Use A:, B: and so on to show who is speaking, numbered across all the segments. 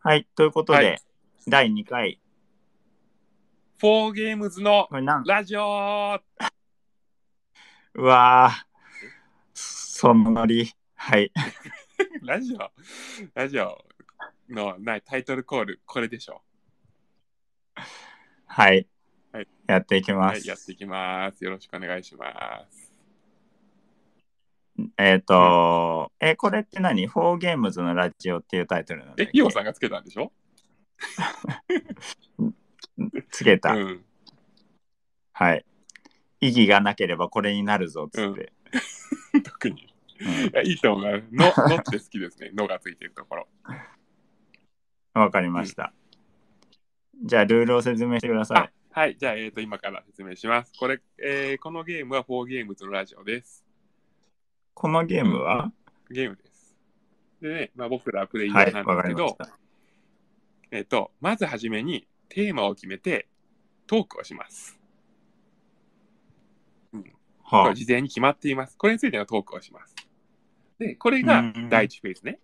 A: はい。ということで、
B: はい
A: 第2回。
B: フォーゲームズの
A: これなん
B: ラジオ
A: うわぁ。そのノリ。はい。
B: ラジオラジオのないタイトルコール、これでしょ。
A: はい。
B: はい
A: やっていきま
B: は
A: す。
B: い、やっていきます。よろしくお願いします。
A: えっ、と、え、これって何 ?4 ゲームズのラジオっていうタイトルなんだっ
B: え
A: け、
B: イオさんがつけたんでしょ
A: つけ
B: う
A: た。
B: ん。
A: はい。意義がなければこれになるぞ、つって。
B: 特に。
A: うん
B: いやいいと思う。の、 のって好きですね。のがついてるところ。
A: わ、かりました。じゃあ、ルールを説明してくださ
B: あ
A: い。
B: はい、じゃあ、えー、と今から説明します。これ、えーこのゲームはフォーゲームズのラジオです。
A: このゲームは、
B: ゲームです。でね、まあ、僕らはプレイヤ
A: はい、
B: ーなん
A: わ
B: で
A: かり
B: すけ
A: ま
B: ど、
A: した。
B: えっ、と、まずはじめにテーマを決めてトークをします。こ
A: は
B: れ事前に決まっています。これについてのトークをします。で、これが第1フェーズね。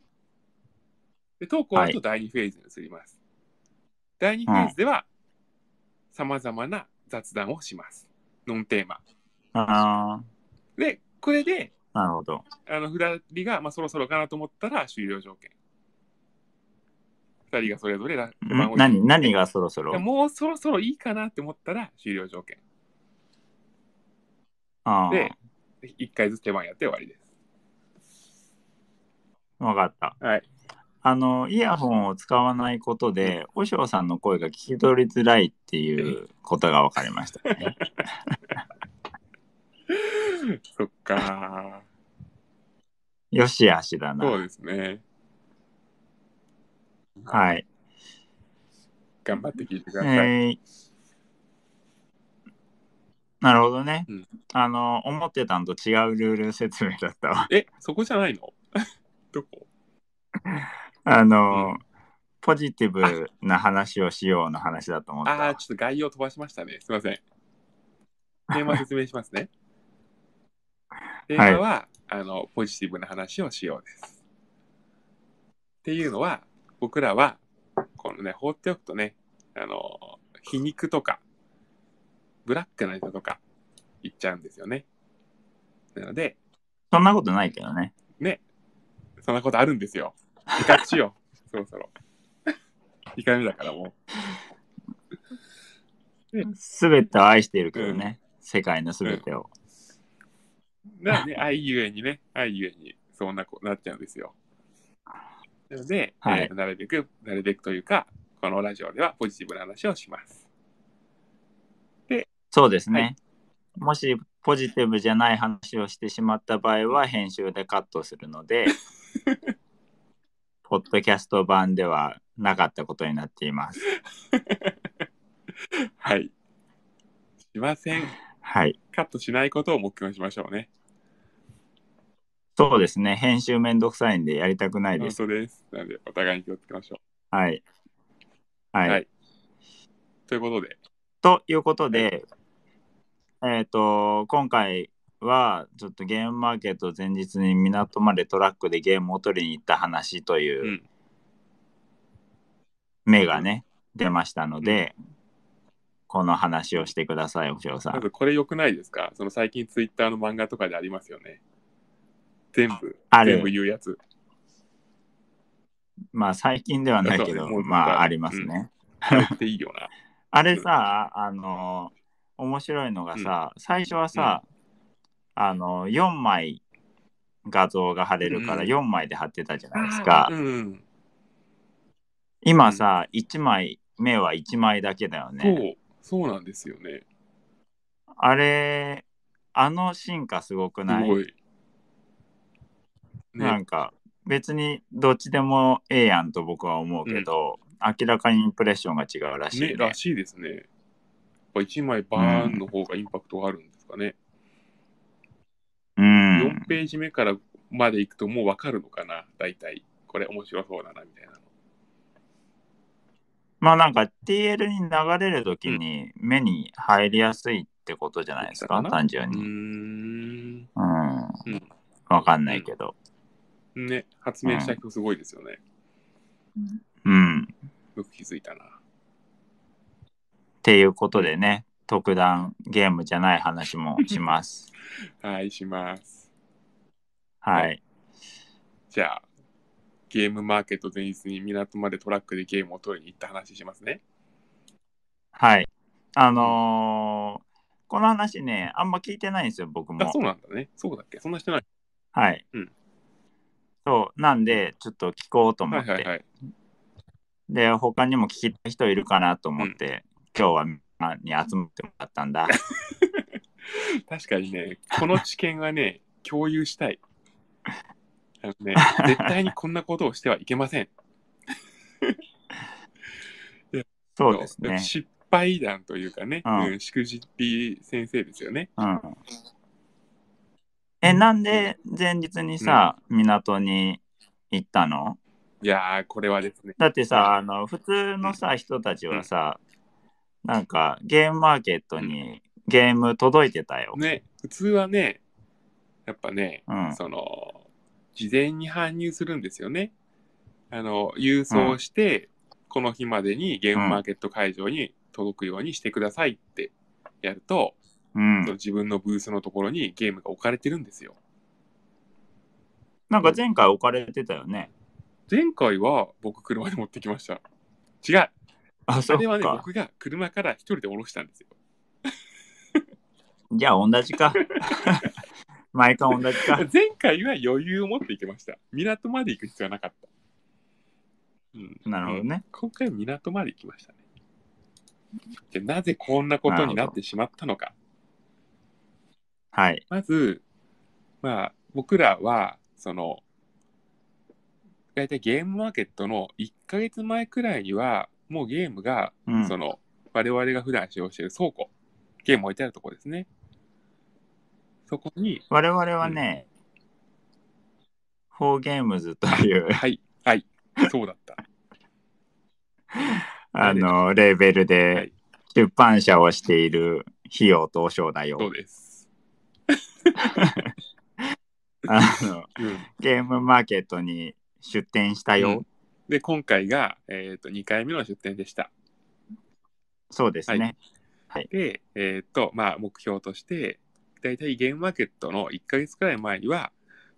B: で、トークを終わると第2フェーズに移ります。第2フェーズでは、さまざまな雑談をします。ノンテーマ。
A: あ、あ
B: で、これで、
A: ーなるほど。
B: あの2人が、まあ、そろそろかなと思ったら終了条件。2人がそれぞれラ
A: ん
B: 手番を
A: 何何がそろそろ
B: もうそろそろいいかなって思ったら終了条件。
A: あ
B: で、1回ずつ手番やって終わりです。
A: あ、わかった。
B: はい。
A: あの、イヤホンを使わないことで、おしょうさんの声が聞き取りづらいっていうことが分かりました ね。
B: そっか
A: よしあしだ
B: ー。そう
A: な。
B: ですね。
A: はい。
B: 頑張って聞いてく
A: え
B: ださい。
A: ーなるほどね、
B: うん
A: あの、思ってたんと違うルール説明だったわ。
B: え、そこじゃないの どこ
A: あの、
B: う
A: ポジティブな話をしようの話だと思った
B: あ
A: わ
B: あ、。ちょっと概要飛ばしましたね。すいません。テーマ説明しますね。テーマは、あの、ポジティブな話をしようです。っていうのは、僕らは、このね、放っておくとね、あの、皮肉とか、ブラックな人とか言っちゃうんですよね。なので、
A: そんなことないけどね。
B: ね、そんなことあるんですよ。威嚇しよ う、そろそろ。2回目だからもう。
A: すべてを愛しているけどね。世界のすべてを。
B: なので、愛ゆえにね、愛ゆえに、そんなこなっちゃうんですよ。なので、
A: はい
B: えーとなるべく、なるべくというか、このラジオではポジティブな話をします。
A: そうですね。
B: はい
A: もしポジティブじゃない話をしてしまった場合は編集でカットするの で、ポッドキャスト版ではなかったことになっています。
B: はい。しません。
A: はい。
B: カットしないことを目標にしましょうね。
A: そうですね。編集めんどくさいんでやりたくないです。
B: 本当です。なので、お互いに気をつけましょ
A: はい。はい。
B: はいいう。ということで、。
A: ということで、えっ、と、今回はちょっとゲームマーケット前日に港までトラックでゲームを取りに行った話といううん目がね、出ましたので、この話をしてください、おしおさ
B: ま
A: ん。
B: ず、これ良くないですかその最近ツイッターの漫画とかでありますよね。全部
A: あ、る
B: 全部言うやつ。
A: まあ、最近ではないけ
B: そう
A: ど、
B: もう
A: まあ、ありますね。
B: あれっていいよな。
A: あれさ、あの、面白いのがさ、最初はさ、あの、4枚画像が貼れるから、
B: うん
A: 4枚で貼ってたじゃないですか。
B: うん。
A: 今さ、1枚、目は1枚だけだよ
B: そ
A: ね。
B: う、そうなんですよね。
A: あれ、あの進化すごく
B: す
A: ない
B: ごい。
A: な
B: ね、
A: んか別にどっちでもええやんと僕は思うけど、明らかにインプレッションが違うらしいね。
B: ねらしいですね。やっぱ1枚バーンの方がインパクトがあるんですかね。
A: う
B: 四
A: ん
B: 4。ページ目からまで行くともうわかるのかな、大体。これ面白そうだな、みたいなの。
A: まあなんか TL に流れるときに目に入りやすいってことじゃないですか、
B: うん
A: 単純
B: う
A: に。
B: ー
A: うん。わ、
B: ん
A: かんないけど。
B: ん。ね、発明した人すごいですよね。
A: うん。
B: 気づいたな。
A: ていうことでね、特段ゲームじゃない話もし ます。
B: はい、します。
A: はい。
B: じゃあ、ゲームマーケット前日に港までトラックでゲームを取りに行った話しますね。
A: はい。あのーこの話ね、あんま聞いてないんですよ、僕
B: あ、
A: も
B: そ。うなんだね。そうだっけそんなしてない。
A: はい。
B: うん
A: そう、なんで、ちょっと聞こうと思
B: は
A: っ
B: い
A: て。
B: はいはい。
A: で、他にも聞きたい人いるかなと思って、今日はみんなに集まってもらったん だ。
B: 確かにね、この知見はね、 共有したい。あの ね、絶対にこんなことをしてはいけません。
A: そうですね。
B: 失敗談というかね、
A: うん
B: うん、しくじり先生ですよね。
A: うん。え、なんで前日にさ、港に行ったの
B: いやー、これはですね。
A: だってさ、あの、普通のさ、人たちはさ、なんかゲームマーケットにゲーム届いてたよ。
B: ね、普通はね、やっぱね、
A: うん。
B: その、事前に搬入するんですよね。あの、郵送して、この日までにゲームマーケット会場に届くようにしてくださいってやると、
A: うん
B: その。自分のブースのところにゲームが置かれてるんですよ。
A: なんか前回置かれてたよね。
B: 前回は僕車で持ってきました。違う。
A: あ、そ
B: あれは
A: っ
B: ね、
A: か。
B: 僕が車から一人で降ろしたんですよ。
A: じゃあ同じ か。毎回同じか。
B: 前回は余裕を持って行けました。港まで行く必要はなかった。うん、
A: なるほどね。
B: 今回は港まで行きましたね。じゃあなぜこんなことになってしまったのか。
A: はい。
B: まず、まあ、僕らは、その、大体ゲームマーケットの1ヶ月前くらいには、もうゲームが、
A: うん。
B: その、我々が普段使用している倉庫、ゲーム置いてあるところですね。そこに、
A: 我々はね、4ゲームズという、
B: はい、はい、そうだ った。
A: あの、レーベル
B: は
A: で
B: い
A: 出版社をしている費用と商だよ。
B: そうです。
A: あの
B: うん、
A: ゲームマーケットに出店したよ。
B: うんで、今回が、えっ、と、2回目の出店でした。
A: そうですね。
B: で、えっ、と、まあ、目標として、だいたいゲームマーケットの1ヶ月くらい前には、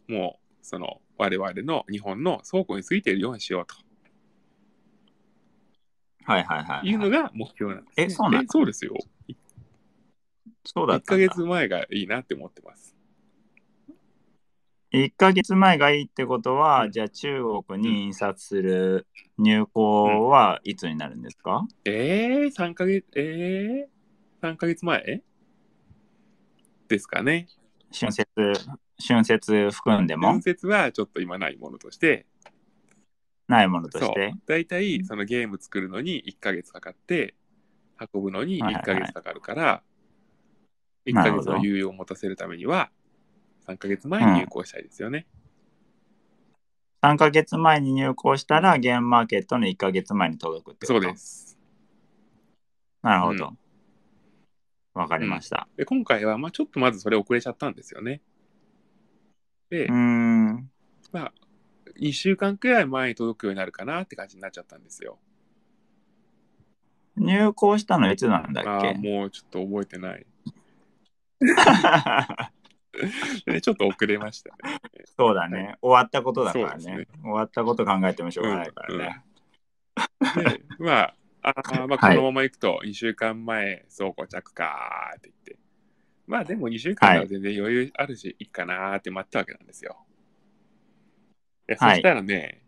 B: もう、その、我々の日本の倉庫についているようにしようと
A: はい、はい、はいはい
B: いうのが目標なんです、ね。
A: えそうなの
B: そうですよ。
A: そうだ
B: 1
A: ったん
B: ヶ
A: だ
B: 月前がいいなって思ってます。
A: 1ヶ月前がいいってことは、じゃあ中国に印刷する入稿はいつになるんですか、
B: えー、3ヶ月、えー、3ヶ月前ですかね。
A: 春節、春節含んでも
B: 面接はちょっと今ないものとして、
A: ないものと
B: そう
A: して。
B: 大体そのゲーム作るのに1ヶ月かかって運ぶのに1ヶ月かかるから、
A: い
B: 一
A: なる
B: 1
A: ほ
B: ヶ月
A: ど
B: の猶予を持たせるためには3ヶ月前に入校したいですよね、
A: 3ヶ月前に入稿したら、ゲームマーケットの1ヶ月前に届くってこ
B: そ
A: と
B: うで。す
A: なるほど。わ、かりました。
B: で今回はまあちょっとまずそれ遅れちゃったんですよねで、
A: うーん。
B: まあ2週間くらい前に届くようになるかなって感じになっちゃったんですよ
A: 入稿したのいつなんだ
B: あ
A: っ
B: あ
A: け
B: もうちょっと覚えてない でちょっと遅れましたね
A: そうだね。終わったことだからね。
B: そうです
A: 終わったこと考えてもしょうがないからね。
B: で、まあ、あーまあ、こ
A: はい
B: のまま行くと、2週間前、そうこ着かーって言って。まあ、でも2週間なら全然余裕あるし、いいかなーって待ったわけなんですよ。でそ
A: はい
B: したらね、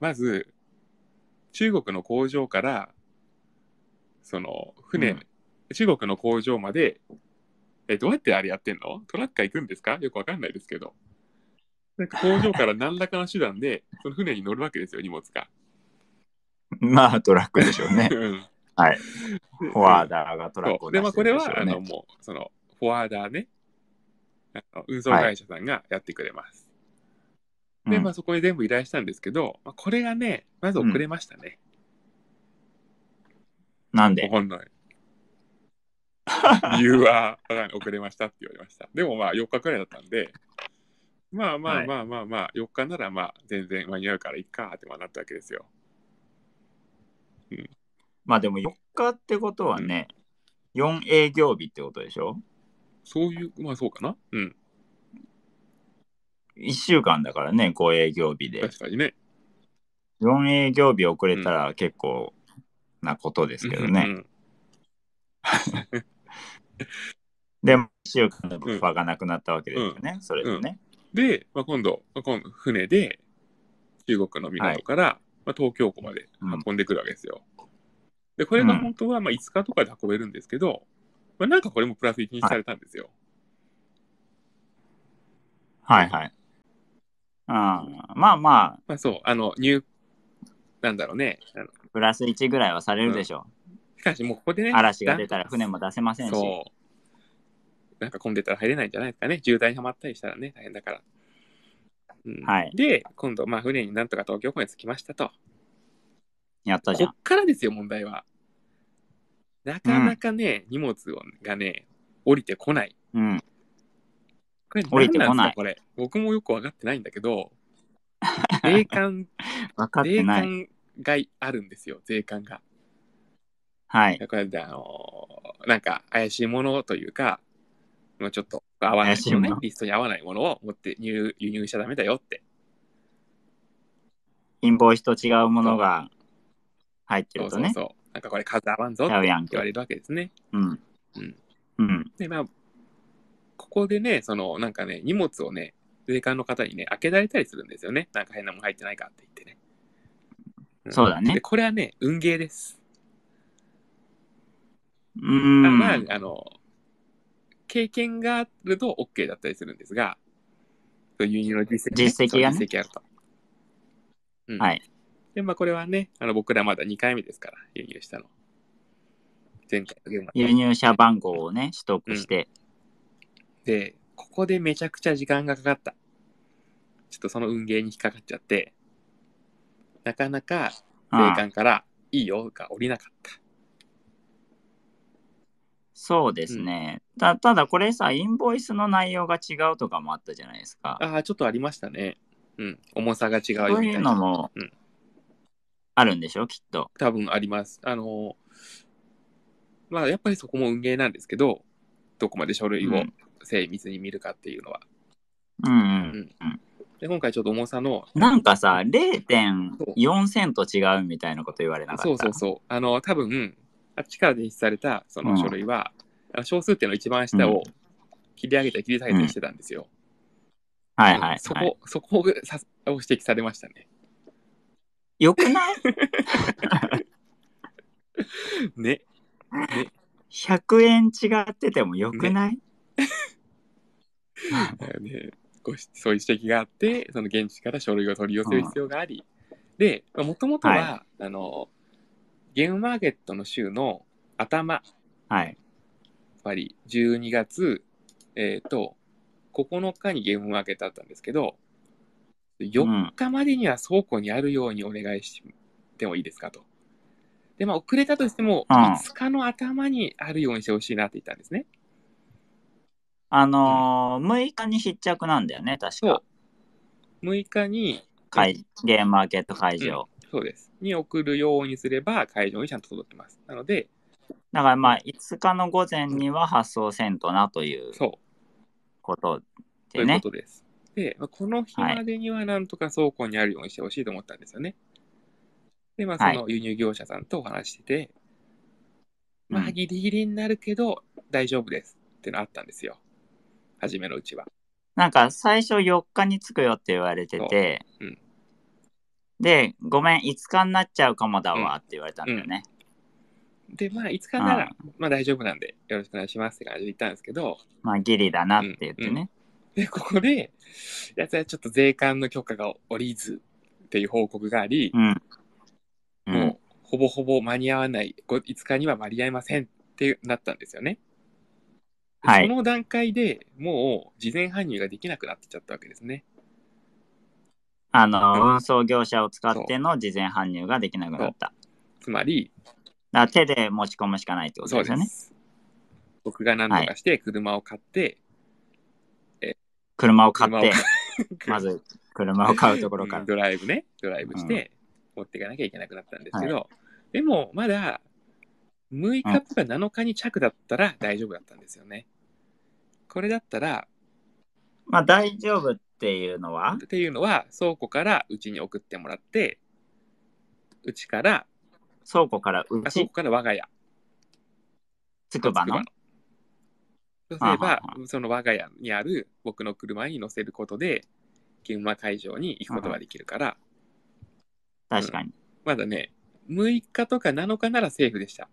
B: まず、中国の工場から、その、船、
A: うん
B: 中国の工場まで、え、どうやってあれやってんのトラックから行くんですかよくわかんないですけど。なんか工場から何らかの手段で、その船に乗るわけですよ、荷物が。。
A: まあ、トラックでしょうね
B: うん
A: はい。
B: で
A: フォワーダーがトラック
B: そう
A: を
B: で、
A: 出
B: まあ、
A: し
B: こ
A: て
B: れ
A: るでしょ
B: は、あ
A: うね。
B: の、もう、その、フォワーダーね、あの運送会社さんがやってくれます。で、まあ、そこに全部依頼したんですけど、まあ、これがね、まず遅れましたね。
A: うんなん
B: ご
A: で
B: 本来。理由は、わかんない遅れましたって言われました。でも、まあ、4日くらいだったんで、まあま
A: は
B: あ
A: い
B: まあまあまあ、4日なら、まあ、全然間に合うからいいかってまあなったわけですよ。うん
A: まあでも4日ってことはね、4営業日ってことでしょ
B: そういう、まあそうかな。うん。
A: ?1 週間だからね、5営業日で。
B: 確かにね。
A: 4営業日遅れたら結構なことですけどね。
B: うんうん
A: でも、1週間の物販がなくなったわけですよね、それでね。
B: で、まあ、今度、まあ、今度船で中国の港から、まあ、東京港まで運んでくるわけですよ。で、これが本当はまあ5日とかで運べるんですけど、まあ、なんかこれもプラス1日されたんですよ。
A: はいはい。あーまあまあ、
B: まあそう、あの、入、なんだろうね。あの
A: プラス1ぐらいはされるでしょ
B: しかしもうここで
A: う。
B: ね、
A: 嵐が出たら船も出せませんし。
B: そう。なんか混んでたら入れないんじゃないですかね。渋滞にはまったりしたらね、大変だから。うん
A: はい
B: で、今度、まあ、船になんとか東京港に着きましたと。
A: やったじ
B: こ
A: ゃん
B: っ。からですよ、問題は。なかなかね、荷物をがね、降りてこない。
A: うん。
B: これ
A: 降りてこ
B: 何ん
A: な
B: で
A: い
B: すかこれ。僕もよく分かってないんだ けど、税関、
A: 分かっ
B: 税
A: てない。
B: 関があるんですよ、税関が。
A: はい。
B: これで、あのーなんか怪しいものというか、まあちょっと合わない
A: 怪しい
B: もの
A: も
B: ね
A: の、
B: リストに合わないものを持って入輸入しちゃダメだよって。
A: インボイスと違うものが入って
B: そう
A: ると
B: そう
A: ね。
B: そう。なんかこれ数合わんぞ
A: ち
B: って
A: ゃうやん
B: 言わ
A: け。
B: れるわけですね。
A: うん。
B: うん
A: うん。
B: で、まあ、ここでね、その、なんかね、荷物をね、税関の方にね、開けられたりするんですよね。なんか変なもん入ってないかって言ってね。ん
A: そうだね
B: で、これはね、運ゲーです。
A: うー
B: あ
A: ん。
B: まあ、あの、経験があると OK だったりするんですが、そう輸入の実績、
A: 実績がね
B: そう実績あると。うん
A: はい。
B: で、まあ、これはね、あの、僕らまだ2回目ですから、輸入したの。前回の現場
A: 輸入者番号をね、取得して。
B: で、ここでめちゃくちゃ時間がかかった。ちょっとその運ゲーに引っかかっちゃって、なかなか
A: うん
B: 税関からいいよが降りなかった。
A: そうですね。たただこれさ、インボイスの内容が違うとかもあったじゃないですか。
B: ああー、ちょっとありましたね。うん。重さが違うよみ
A: そう
B: た
A: い
B: いう
A: の
B: な。
A: も
B: うん
A: あるんでしょ、きっと。
B: 多分あります。あのー、まあやっぱりそこも運ゲーなんですけど、どこまで書類
A: う
B: を
A: ん
B: 精密に見るかっていうのは。
A: うんうん。
B: で、今回ちょっと重さの、
A: なんかさ、0.4セント違うみたいなこと言われなかった。
B: そうそうそう。あの、多分、あっちから提出されたその書類は、あの小数点の一番下を切り上げたり切り下げたりしてたんですよ。
A: はいはい、はい。
B: そこ、そこをさを指摘されましたね。
A: よく ない
B: ね。
A: ?100 円違っててもよくない、
B: だよねごしそういう指摘があって、その現地から書類を取り寄せる必要があり、で、もともとは、
A: は
B: あの、ゲームマーケットの週の頭、
A: はい。
B: つまり12月、えっ、と、9日にゲームマーケットあったんですけど、
A: う
B: 4日
A: ん。
B: 4日までには倉庫にあるようにお願いしてもいいですかと。で、まあ、遅れたとしても、
A: うん
B: 5日の頭にあるようにしてほしいなって言ったんですね。
A: あのー、6日に必着なんだよね、確
B: そ
A: か
B: う。6日に、
A: 会ゲームマーケット会場。
B: そうです。に送るようにすれば、会場にちゃんと届きます。なので、
A: だからまあ、5日の午前には発送せんとなという
B: そ
A: こと
B: う、と
A: で
B: いうこ
A: ね。
B: とです。で、まあこの日までにはなんとか倉庫にあるようにしてほしいと思ったんですよね。で、まあ、
A: はい
B: その輸入業者さんとお話ししてて、ま
A: う
B: あ、
A: ん
B: ギリギリになるけど、大丈夫ですってのあったんですよ。初めのうちは。
A: なんか、最初4日に着くよって言われてて、
B: そううん
A: で、ごめん、5日になっちゃうかもだわって言われたんだよね。
B: で、まあ、5日なら、
A: う
B: まあ大丈夫なんで、よろしくお願いしますって感じで言ったんですけど、
A: まあ、ギリだなって言ってね。
B: うんうんで、ここで、やつはちょっと税関の許可が下りずっていう報告があり、
A: うん。うん
B: もう、ほぼほぼ間に合わない、5日には間に合いませんってなったんですよね。で
A: はい
B: その段階でもう、事前搬入ができなくなってちゃったわけですね。
A: あの、運送業者を使っての事前搬入ができなくなった。
B: つまり、
A: だから手で持ち込むしかないってこと
B: そう
A: です
B: で
A: よね。
B: す。僕が何とかして車を買って、
A: 車を買って、
B: 車 を
A: まず車を買うところか
B: うん
A: ら。
B: ドライブね、ドライブして、持っていかなきゃいけなくなったんですけど、でも、まだ、6日とか7日に着だったら大丈夫だったんですよね。これだったら、
A: まあ大丈夫っていうのは
B: っていうのは、倉庫からうちに送ってもらって、うちから、
A: 倉庫からう
B: あ倉
A: ち
B: 庫から我が家。
A: つくばの
B: そうすれ
A: あは
B: ば、その我が家にある僕の車に乗せることで、現場会場に行くことができるから、
A: 確かに。
B: まだね、6日とか7日ならセーフでした。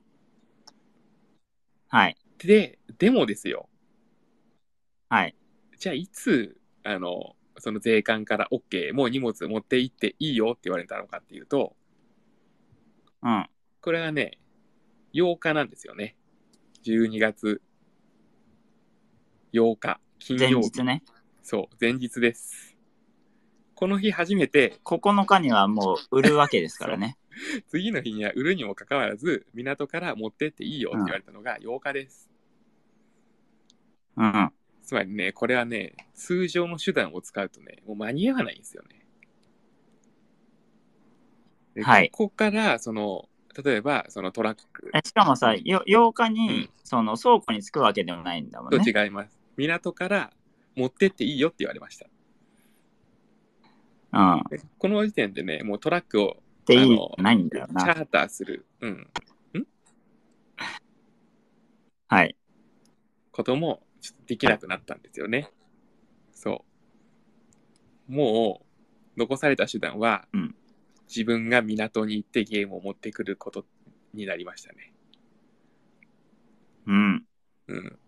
A: はい。
B: で、でもですよ、
A: はい。
B: じゃあいつ、あの、その税関から OK、もう荷物持って行っていいよって言われたのかっていうと、
A: うん。
B: これはね、8日なんですよね。12月8日、金
A: 前
B: 曜日。
A: 日ね。
B: そう、前日です。この日初めて、
A: 9日にはもう売るわけですからね。
B: 次の日には売るにもかかわらず、港から持ってっていいよって言われたのが8日です。
A: うん。
B: つまりね、これはね、通常の手段を使うとね、もう間に合わないんですよね。で
A: はい
B: ここから、その、例えば、そのトラック
A: えしかもさ、よ8日
B: う
A: に
B: ん
A: その倉庫に着くわけでもないんだもん
B: と
A: ね。
B: 違います。港から持ってっていいよって言われました。
A: うん。
B: でこの時点でね、もうトラックを
A: でい
B: あ
A: い
B: の
A: ないん
B: チ
A: だ
B: ャ
A: よな。
B: ーターする、うん、
A: はい。
B: こともちょっとできなくなったんですよね。そう。もう、残された手段は、
A: うん
B: 自分が港に行ってゲームを持ってくることになりましたね。
A: うん。
B: うん。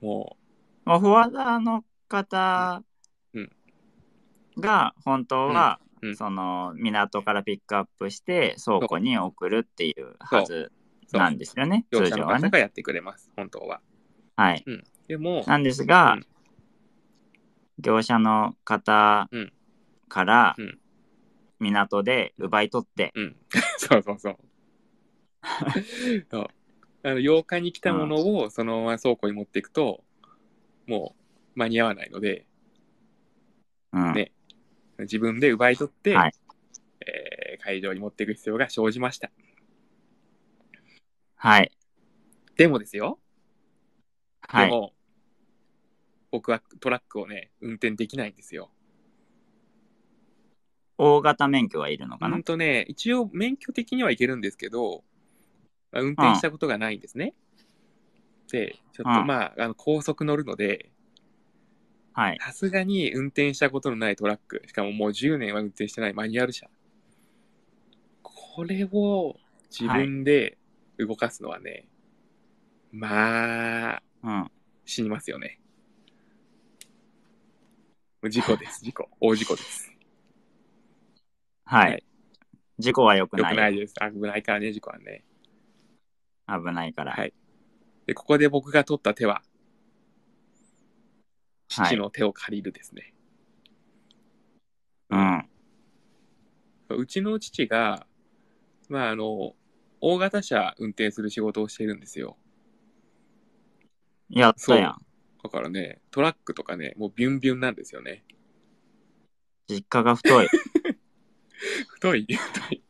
B: も
A: もうフォワーダーの方
B: うん
A: が本当は、
B: うんうん
A: その港からピックアップして倉庫に送るっていうはず
B: う、そう
A: なんですよね、
B: 業
A: 通
B: 者
A: 常
B: の
A: は
B: 方
A: ね。
B: がやってくれます、本当は。
A: はい。
B: うん。でも、
A: なんですが、
B: うん
A: 業者の方
B: うん
A: から
B: うん
A: 港で奪い取って、
B: うん。 そうそうそう。そうあの8日に来たものをそのまま倉庫に持っていくと、もう間に合わないので、
A: うん
B: ね自分で奪い取って、
A: はい
B: えー会場に持っていく必要が生じました。
A: はい。
B: でもですよ、
A: は
B: で
A: い。
B: も、僕はトラックをね、運転できないんですよ。
A: 大型免許はいるの
B: う
A: かな、
B: んとね、一応免許的にはいけるんですけど、まあ運転したことがないんですね。で、ちょっと
A: うん
B: まあ、あの高速乗るので、
A: はい。
B: さすがに運転したことのないトラック、しかももう10年は運転してないマニュアル車。これを自分で動かすのはね、まあ、
A: うん。
B: 死にますよね。事故です、事故。大事故です。
A: はい。
B: はい
A: 事故は良く
B: よ
A: な
B: く
A: い。
B: ないです。危ないからね、事故はね。
A: 危ないから。
B: はいで、ここで僕が取った手は、
A: はい
B: 父の手を借りるですね。
A: うん。
B: うちの父が、まあ、あの、大型車運転する仕事をしてるんですよ。
A: やったやん。
B: だからね、トラックとかね、もうビュンビュンなんですよね。
A: 実家が 太い。
B: 太い、太い。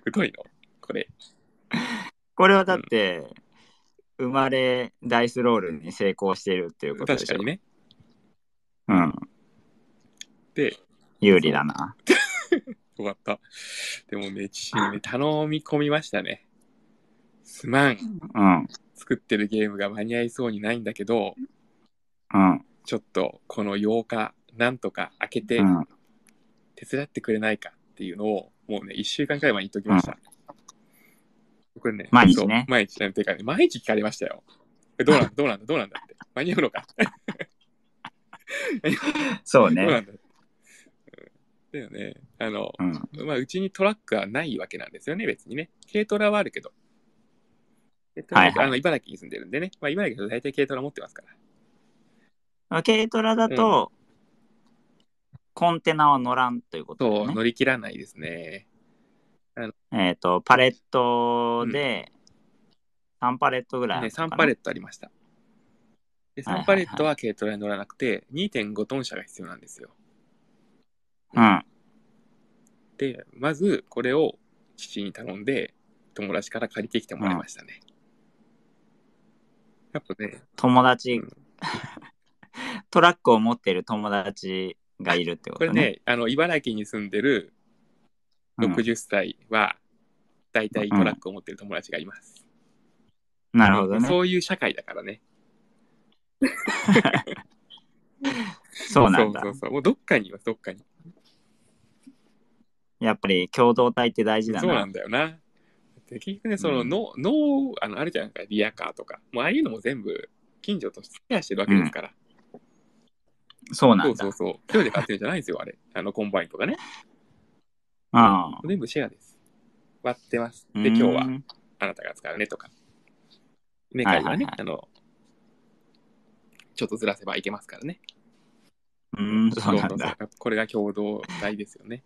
B: 太いのこれ。
A: これはだって、生まれダイスロールに成功しているっていうことで
B: 確
A: し
B: か
A: ょ。
B: にね。
A: うん。
B: で、
A: 有利だな。
B: よかった。でもね、父にね、頼み込みましたね。すまん。
A: うん。
B: 作ってるゲームが間に合いそうにないんだけど、
A: うん。
B: ちょっとこの8日、なんとか開けて
A: うん。
B: 手伝ってくれないかっていうのを、もうね、1週間くらい前に言っときました。これね、
A: 毎日
B: そう
A: ね
B: 毎日、てかね、毎日聞かれましたよ。えどうなん だ、どうなんだ、どうなんだって。間に合うのか。
A: そう
B: どう
A: ね。
B: なんだ。うんだよね。あの、
A: うん。
B: まあ、うちにトラックはないわけなんですよね、別にね。軽トラはあるけど。でとにかく
A: はいはい
B: あの茨城に住んでるんでね。まあ、茨城だと大体軽トラ持ってますから。
A: まあ軽トラだと、コンテナを乗らんということだ
B: そ
A: よ
B: う、
A: ね。
B: 乗り切らないですね。
A: えっ、と、パレットで、3パレットぐらいあ
B: ね、
A: るのかな。
B: 3パレットありました。で、
A: はいはいはい
B: 3パレットは軽トラに乗らなくて、2.5トン車が必要なんですよ。
A: うん。
B: で、まずこれを父に頼んで、友達から借りてきてもらいましたね。やっぱね、
A: 友達、
B: うん
A: トラックを持ってる友達がいるってこ
B: これ
A: と
B: ね、
A: ね。
B: あの、茨城に住んでる
A: うん
B: 60歳は、だいたいトラックを持ってる友達がいます。
A: なるほどね。
B: そういう社会だからね。
A: そうなんだ
B: そう。そうそうもうどっかにいます、どっかに。
A: やっぱり共同体って大事だ
B: そうな
A: な。
B: んだよな。で結局ね、その、
A: うん
B: ののあの、あるじゃないですか、リアカーとか。もうああいうのも全部、近所としてケアしてるわけですから。
A: そうな
B: そ
A: ん
B: う
A: だ
B: そう。そう。一人で買ってるんじゃないんですよ、あれ。あの、コンバインとかね。
A: うん
B: 全部シェアです。割ってます。
A: うん
B: で、今日はあなたが使うねとか。メーカーは
A: はいはい
B: ね
A: はい、
B: あの、ちょっとずらせばいけますからね。
A: うん、そうなん
B: そう
A: だ。
B: そうそうこれが共同体ですよね。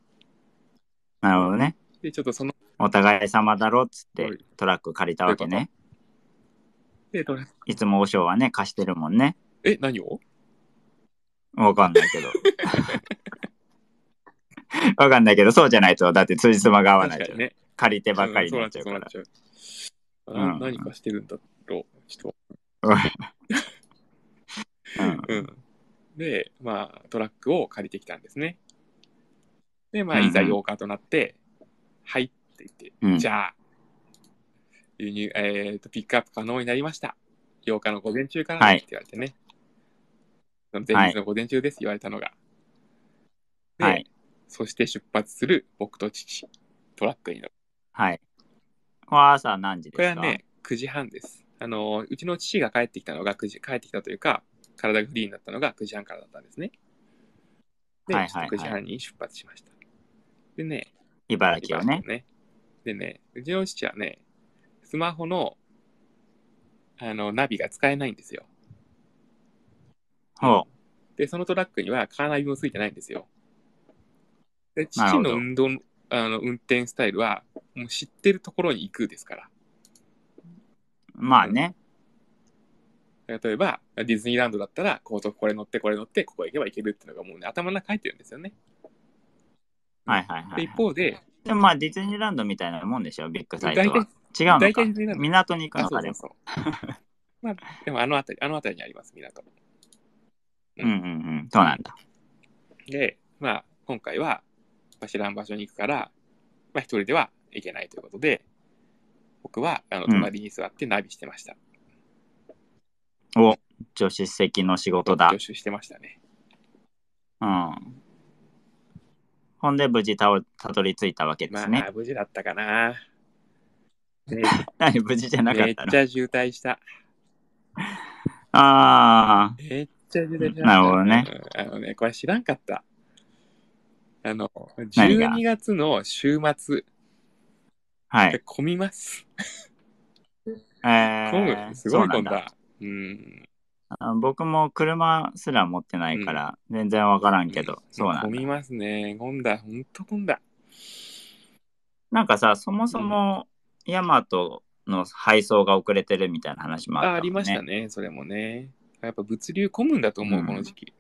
A: なるほどね。
B: で、ちょっとその、
A: お互い様だろっつっ
B: は
A: て
B: い
A: トラック借りたわけ
B: そうい
A: ね。
B: で、トラ
A: いつも和尚はね、貸してるもんね。
B: え、何を
A: わかんない けど。わかんないけど、そうじゃないと、だって通じつまが合わない
B: 確
A: じ
B: か
A: ゃん。
B: にね。
A: 借りてばっかりになっちゃう
B: そ
A: から
B: うなっ。ちゃう。そう
A: う
B: なっちゃうあ
A: ん
B: 何かしてるんだろう、ちょっ
A: うん
B: と。うん。で、まあ、トラックを借りてきたんですね。で、まあ、
A: うんうん
B: いざ8日となって、はいって言って、
A: うん
B: じゃあ、輸入、えっ、と、ピックアップ可能になりました。8日の午前中から
A: はい
B: って言われてね。その前日の午前中です、言われたのが。で、
A: はい。
B: そして出発する僕と父、トラックに乗る。
A: はい。これは朝何時です
B: これ
A: か
B: はね、9時半です。あの、うちの父が帰ってきたのが9時、帰ってきたというか、体がフリーになったのが9時半からだったんですね。で、
A: はいはいはい
B: 9時半に出発しました。でね、
A: 茨城をね。
B: ね。でね、うちの父はね、スマホの、あの、ナビが使えないんですよ。
A: ほ
B: で、そのトラックにはカーナビもついてないんですよ。で、
A: なる
B: 父
A: ほど
B: の運動の、あの、運転スタイルは、もう知ってるところに行くですから。
A: う。まあね。
B: 例えば、ディズニーランドだったら、高速これ乗って、これ乗って、ここ行けば行けるっていうのがもうね、頭の中入ってるんですよね。
A: はいはいは
B: で、
A: い
B: 一。方で、
A: でもまあディズニーランドみたいなもんでしょ、ビッグサイト
B: 大体
A: は。、違うの
B: 大
A: か
B: 体ディズニーランド
A: 港に行くの
B: あ、そ
A: か
B: うそ
A: で
B: う
A: も。
B: そう。まあ、でもあの辺り、あの辺りにあります、港。
A: うんうんうん。そうなんだ。
B: で、まあ、今回は、まあ知らん場所に行くから、まあ、一人では行けないということで、僕は、あの、
A: うん
B: 隣に座ってナビしてました。
A: お、助手席の仕事だ
B: 予。習してましたね。
A: うん。ほんで無事たおたどり着いたわけで
B: ます
A: ね。
B: あ、無事だった かな。ね
A: 何無事じゃなか
B: め
A: っ
B: った
A: の
B: ちゃ渋滞した。
A: あ
B: めっちゃ出てきました
A: なるほどね。
B: うんあのね、これ知らんかった。あの、
A: 何が
B: 12月の週末、
A: あ、 はい。
B: 混みます。
A: え
B: 混む、
A: ー、
B: すご
A: そう
B: い
A: な
B: 混
A: ん
B: ん
A: だ。
B: だ。うん。
A: あ僕も車すら持ってないから、全然わからんけど、そうなん
B: 混
A: だ
B: み。ますね。混んだ、ほんと混んだ。
A: なんかさ、そもそもヤマトの配送が遅れてるみたいな話もあった
B: あ
A: もん、ね。
B: ありましたね、それもね。やっぱ物流混むんだと思う、
A: うん
B: この時期。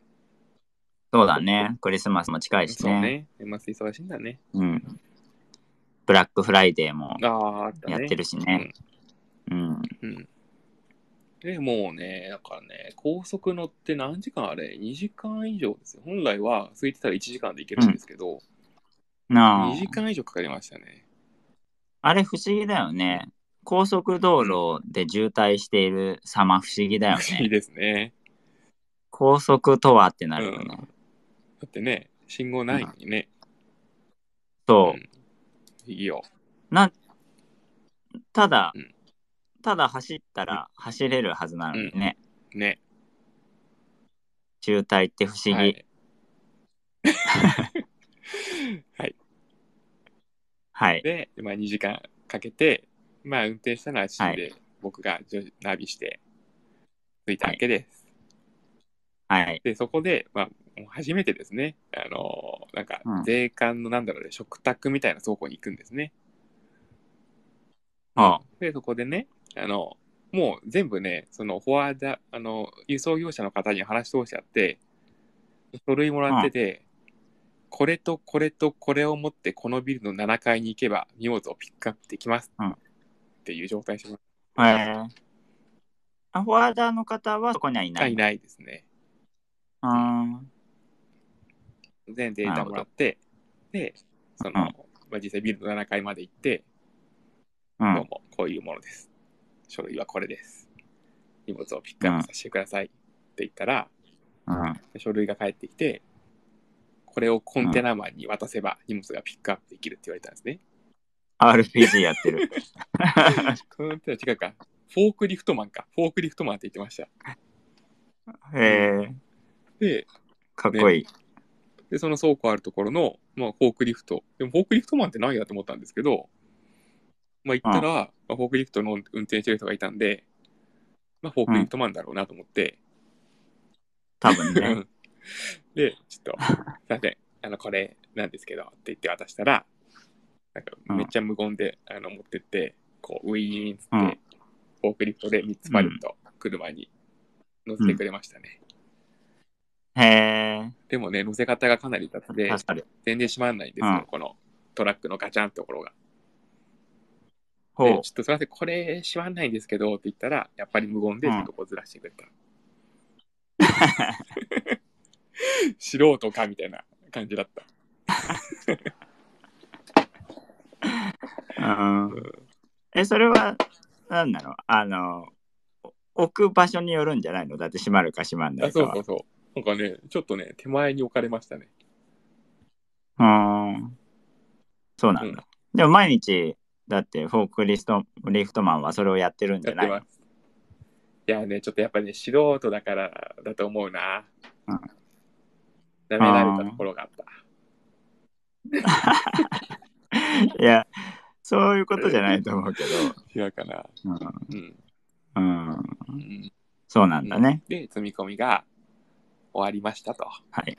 A: そうだね。クリスマスも近いし
B: そう
A: ね。
B: ね。年末忙しいんだね。
A: うん。ブラックフライデーも
B: ああ、あったね。
A: やってるしね。うん。
B: うん。で、もうね、だからね、高速乗って何時間あれ ?2 時間以上ですよ。本来は空いてたら1時間で行けるんですけど、
A: なあ
B: 2。時間以上かかりましたね。
A: あれ不思議だよね。高速道路で渋滞している様不思議だよ
B: 不思議
A: ね。
B: ですね。
A: 高速とはってなるよね。
B: だってね、信号ないのにね。
A: そう
B: うん。いいよ。
A: ただ、
B: うん
A: ただ走ったら走れるはずなのにね。
B: ね。
A: 渋滞って不思議。
B: はい。はい。
A: はい。
B: で、まあ、2時間かけて、まあ、運転したのは父
A: は
B: で、
A: い
B: 僕がじょナビして着いたわけです。
A: はい。
B: で、そこで、まあ、もう初めてですね、あのーなんか
A: うん、
B: 税関のなんだろうね、食卓みたいな倉庫に行くんですね。
A: あ
B: で、そこでね、あの、もう全部ね、その、フォワーダー、あの、輸送業者の方に話し通しちゃって、書類もらってて、これとこれとこれを持ってこのビルの7階に行けば荷物をピックアップできます、
A: うん
B: っていう状態にしま
A: えーあフォワーダーの方はそこにはい
B: す。
A: ないい。
B: ないですね。
A: あ
B: 全データもらって、で、その、
A: うん
B: まあ、実際ビルの7階まで行って、
A: ーう、
B: どうんもこういうものです。書類はこれです。荷物をピックアップさせてくださいって言ったら、
A: うん、
B: 書類が返ってきて、これをコンテナマンに渡せば荷物がピックアップできるって言われたんですね。
A: RPG やって る。
B: コンテナ違うか。フォークリフトマンか。フォークリフトマンって言ってました。
A: えー、
B: で、
A: かっこいい。
B: でその倉庫あるところの、まあ、フォークリフト。でもフォークリフトマンって何やと思ったんですけど、まあ行ったら、まあ、フォークリフトの運転してる人がいたんで、まあフォークリフトマンだろうなと思って、
A: 多分
B: う
A: ね。
B: んで、ちょっと、すいません、あの、これなんですけど、って言って渡したら、なんか、めっちゃ無言で、あの、持ってって、こう、ウィーンっつって、
A: うん
B: フォークリフトで3つパレット、車に乗せてくれましたね。
A: へえ
B: でもね、乗せ方がかなり雑
A: ー、
B: で、
A: 助かる。
B: 全然閉まんないんですよ、
A: うん
B: このトラックのガチャンってところが。
A: ほ
B: で
A: う
B: ちょっとすいません、これ閉まんないんですけど、って言ったら、やっぱり無言で、ちょっとこうずらしてく れた。素人かみたいな感じだった。
A: うん。え、それは、なんなのあの、お置く場所によるんじゃないのだって閉まるか閉まんな
B: あ
A: いか
B: そう
A: は。
B: そうそう。なんかね、ちょっとね、手前に置かれましたね。
A: うーん。そうなんだ。でも毎日、だってフォークリスト、リフトマンはそれをやってるんじ
B: や
A: ゃ
B: っ
A: な
B: て
A: いの
B: ます。いやね、ちょっとやっぱね、素人だからだと思うな。
A: うん
B: ダメられたところがあった。
A: いや、そういうことじゃないと思うけど。
B: 違うかな。
A: う
B: うん。
A: ん。うん、
B: うん
A: そうなんだね。
B: で、積み込みが終わりましたと。
A: はい。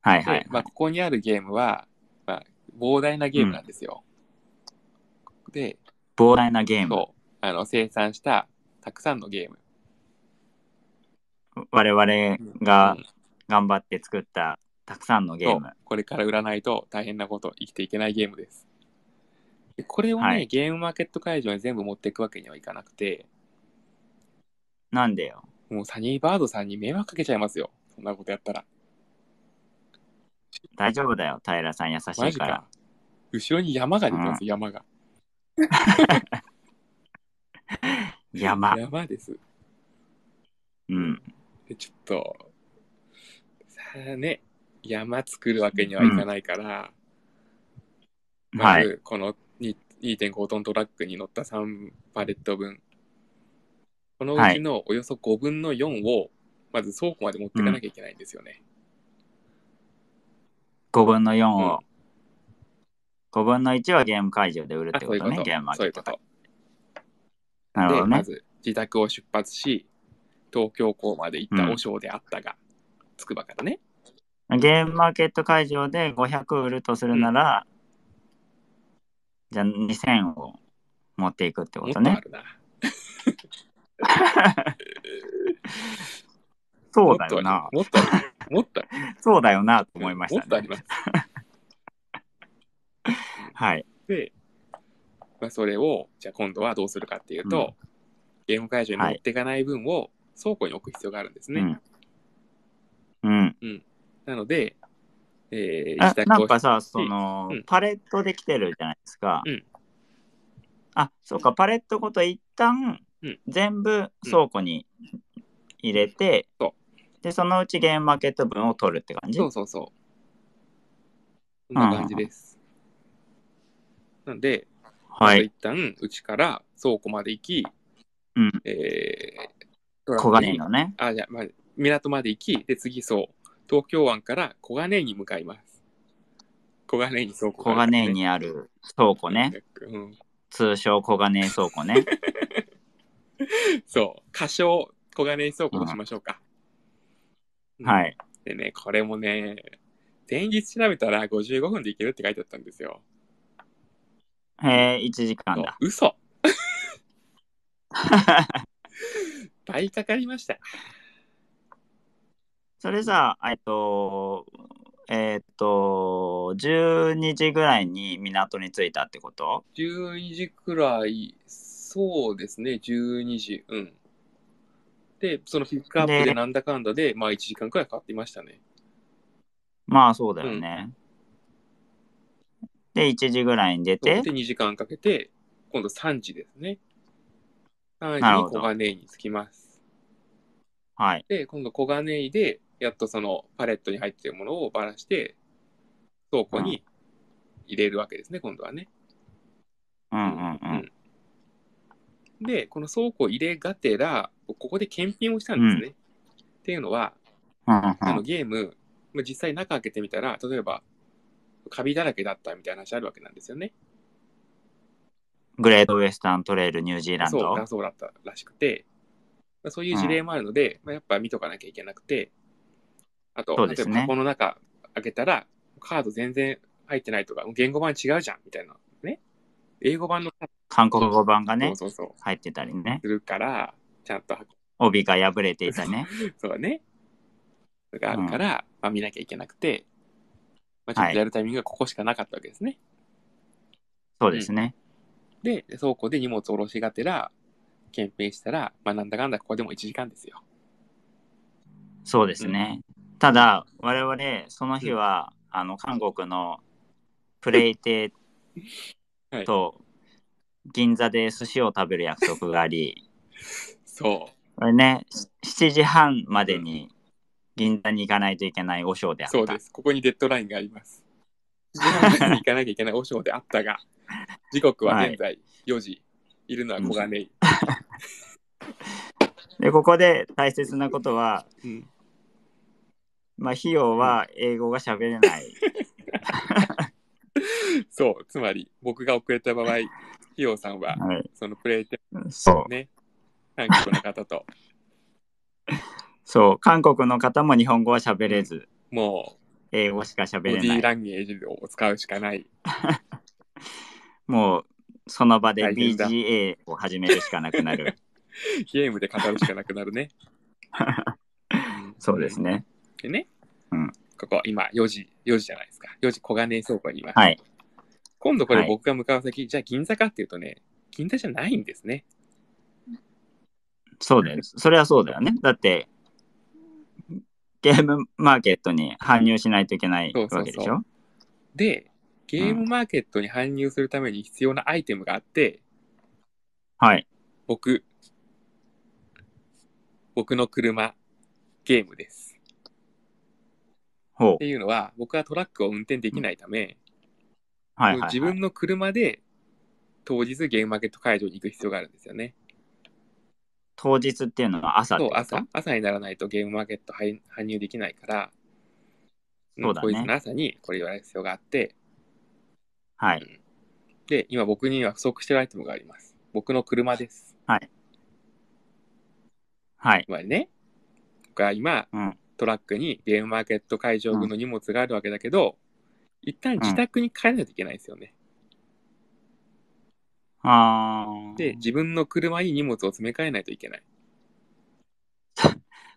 A: はい
B: で、
A: はい。
B: まあ、ここにあるゲームは、まあ、膨大なゲームなんですよ。で、
A: 膨大なゲーム。
B: そう、あの、生産したたくさんのゲーム。
A: 我々が
B: うん
A: 頑張って作ったたくさんのゲーム
B: そう。これから売らないと大変なこと生きていけないゲームですでこれをね、
A: はい
B: ゲームマーケット会場に全部持っていくわけにはいかなくて
A: なんでよ。
B: もうサニーバードさんに迷惑かけちゃいますよそんなことやったら
A: 大丈夫だよ。平さん優し
B: マ
A: い
B: ジ
A: か。
B: から後ろに山が出てます、山が
A: 山。
B: 山です
A: うん。
B: でちょっとさあね山作るわけにはいかないから、ま
A: はい。
B: ずこのに2.5トントラックに乗った3パレット分このうちのおよそ5分の4をまず倉庫まで持っていかなきゃいけないんですよね。
A: 5分の4
B: うん
A: を、5分の1はゲーム会場で売るっ
B: あ
A: てこ
B: そういう
A: と
B: こ
A: ね。
B: と
A: ゲームマーケ
B: そう
A: ッ
B: いうこ
A: トか。
B: と
A: なるほ
B: で
A: ど
B: ま
A: ね。
B: ず自宅を出発し東京港まで行った和尚であったが、つくばからね
A: ゲームマーケット会場で500売るとするなら、じゃあ2000を持っていくってこ
B: もっ
A: と
B: とあ
A: ね。
B: るな。
A: そうだよな。
B: もっとあるもっとある
A: そうだよなと 思いまし
B: もっと
A: た
B: あり
A: ね。
B: ます。
A: はい。
B: で、まあ、それをじゃあ今度はどうするかっていうと、ゲーム会場に持っていかない分を倉庫に置く必要があるんですね。
A: うん。うん。
B: なので、えー、
A: あ
B: 自宅
A: なん
B: を
A: かさ、その、
B: うん
A: パレットできてるじゃないですか。
B: うん
A: あ、そうか、パレットごと一旦、
B: うん
A: 全部倉庫に入れて、
B: うんそ
A: で、そのうちゲームマーケット分を取るって感じ
B: そうそうそう。そんな感じです。なんで、
A: は
B: まず
A: い。
B: 一旦うちから倉庫まで行き、
A: うん。
B: えー、トラッ
A: 小
B: クに
A: 金井のね。
B: あ、じゃあ、まあ、港まで行き、で、次、そう、東京湾から小金井に向かいます。小金井に倉庫
A: 小
B: があるんで
A: 金井
B: すね
A: にある倉庫ね。
B: うん、
A: 通称小金井倉庫ね。
B: そう、仮称、小金井倉庫としましょうか。。
A: はいい。
B: でね、これもね、前日調べたら55分で行けるって書いてあったんですよ。
A: へえ、1時間
B: そう
A: だ。
B: 嘘 倍かかりました。
A: それさ、えっと、えーっと、12時ぐらいに港に着いたってこと
B: 12時くらい、そうですね、12時、うん。で、そのピックアップで
A: で
B: なんだかんだで、まあ1時間くらいかかっていましたね。
A: まあそうだよね。で、1時ぐらいに出
B: で
A: て、
B: 2時間かけて、今度3時ですね。3
A: なる
B: 時に
A: ほど
B: 小金井に着きます。
A: はい。
B: で、今度小金井で、やっとそのパレットに入っているものをばらして、倉庫に入れるわけですね、今度はね。
A: うんうんうん。
B: で、この倉庫入れがてら、ここで検品をしたんですね。っていうのは、
A: うんうん
B: あのゲーム、まあ実際中開けてみたら、例えば、カビだらけだったみたいな話あるわけなんですよね。
A: グレートウエスタントレイルニュージーラン
B: そ
A: ド
B: うだ。そうだったらしくて、まあそういう事例もあるので、まあやっぱ見とかなきゃいけなくて、あと、
A: そう
B: 例
A: で
B: え
A: す
B: ば
A: ね
B: 箱の中開けたら、カード全然入ってないとか、言語版違うじゃんみたいなね。英語版のカー
A: 韓国語版が
B: ド、
A: ね、
B: そうそうそう、
A: 入ってたりね。
B: するから、ちゃんと箱
A: 帯が破れていたね。
B: そうね。それがあるから、まあ、見なきゃいけなくて、まあ、ちょっ
A: は
B: と
A: い
B: やるタイミングがここしかなかったわけですね。
A: そうですね。
B: で、倉庫で荷物を下ろしがてら、検品したら、まあ、なんだかんだここでも1時間ですよ。
A: そうですね。ただ、我々、その日は、あの、韓国のプレイテ
B: はい
A: と銀座で寿司を食べる約束があ り、
B: そ
A: これね、し7時半までに銀座に行かないといけないお尚で
B: う、
A: あっ
B: そう
A: た
B: で。す。ここにデッドラインがあ ります。時間までに行かなきゃいけない和尚であったが、時刻は現在4時、い、るのは小金井。
A: で、ここで大切なことは、
B: うん、
A: まあ、費用は英語が喋れない。
B: そう、つまり僕が遅れた場合、費用さん は、
A: はい、
B: そのプレイテ
A: そう
B: ン。ね、韓国の 方と、
A: そう、韓国の方も日本語は喋れず、
B: もう、
A: 英語しか
B: ボ
A: 喋
B: デ
A: れ
B: ィー
A: ない。
B: ランゲージを使うしかない。
A: もう、その場で
B: 大変だ
A: BGA を始めるしかなくなる。
B: ゲームで語るしかなくなるね。
A: そうですね。
B: でね、
A: うん
B: ここ今4時、4時じゃないですか。4時小金井倉庫にいます。
A: はい。
B: 今度これ
A: はい
B: 僕が向かう先、じゃあ銀座かっていうとね、銀座じゃないんですね。
A: そうです。それはそうだよね。だって、ゲームマーケットに搬入しないといけない
B: そうそうそう
A: わけでしょ
B: で、ゲームマーケットに搬入するために必要なアイテムがあって、
A: はい。
B: 僕、僕の車、ゲームです。
A: ほ
B: っ
A: う
B: て。いうのは、僕はトラックを運転できないため、
A: はいはい、はい。
B: 自分の車で当日ゲームマーケット会場に行く必要があるんですよね。
A: 当日っていうのは朝って
B: そう
A: こ、と
B: 朝、朝にならないとゲームマーケット入搬入できないから、
A: そうだね
B: こいつの朝にこれ言われる必要があって、
A: はい。
B: で、今僕には不足してるアイテムがあります。僕の車です。
A: はい
B: つ。まりね、僕は今、
A: うん
B: トラックにゲームマーケット会場分の荷物があるわけだけど、一旦自宅に帰らないといけないんですよね。
A: あー
B: で、自分の車に荷物を詰め替えないといけない。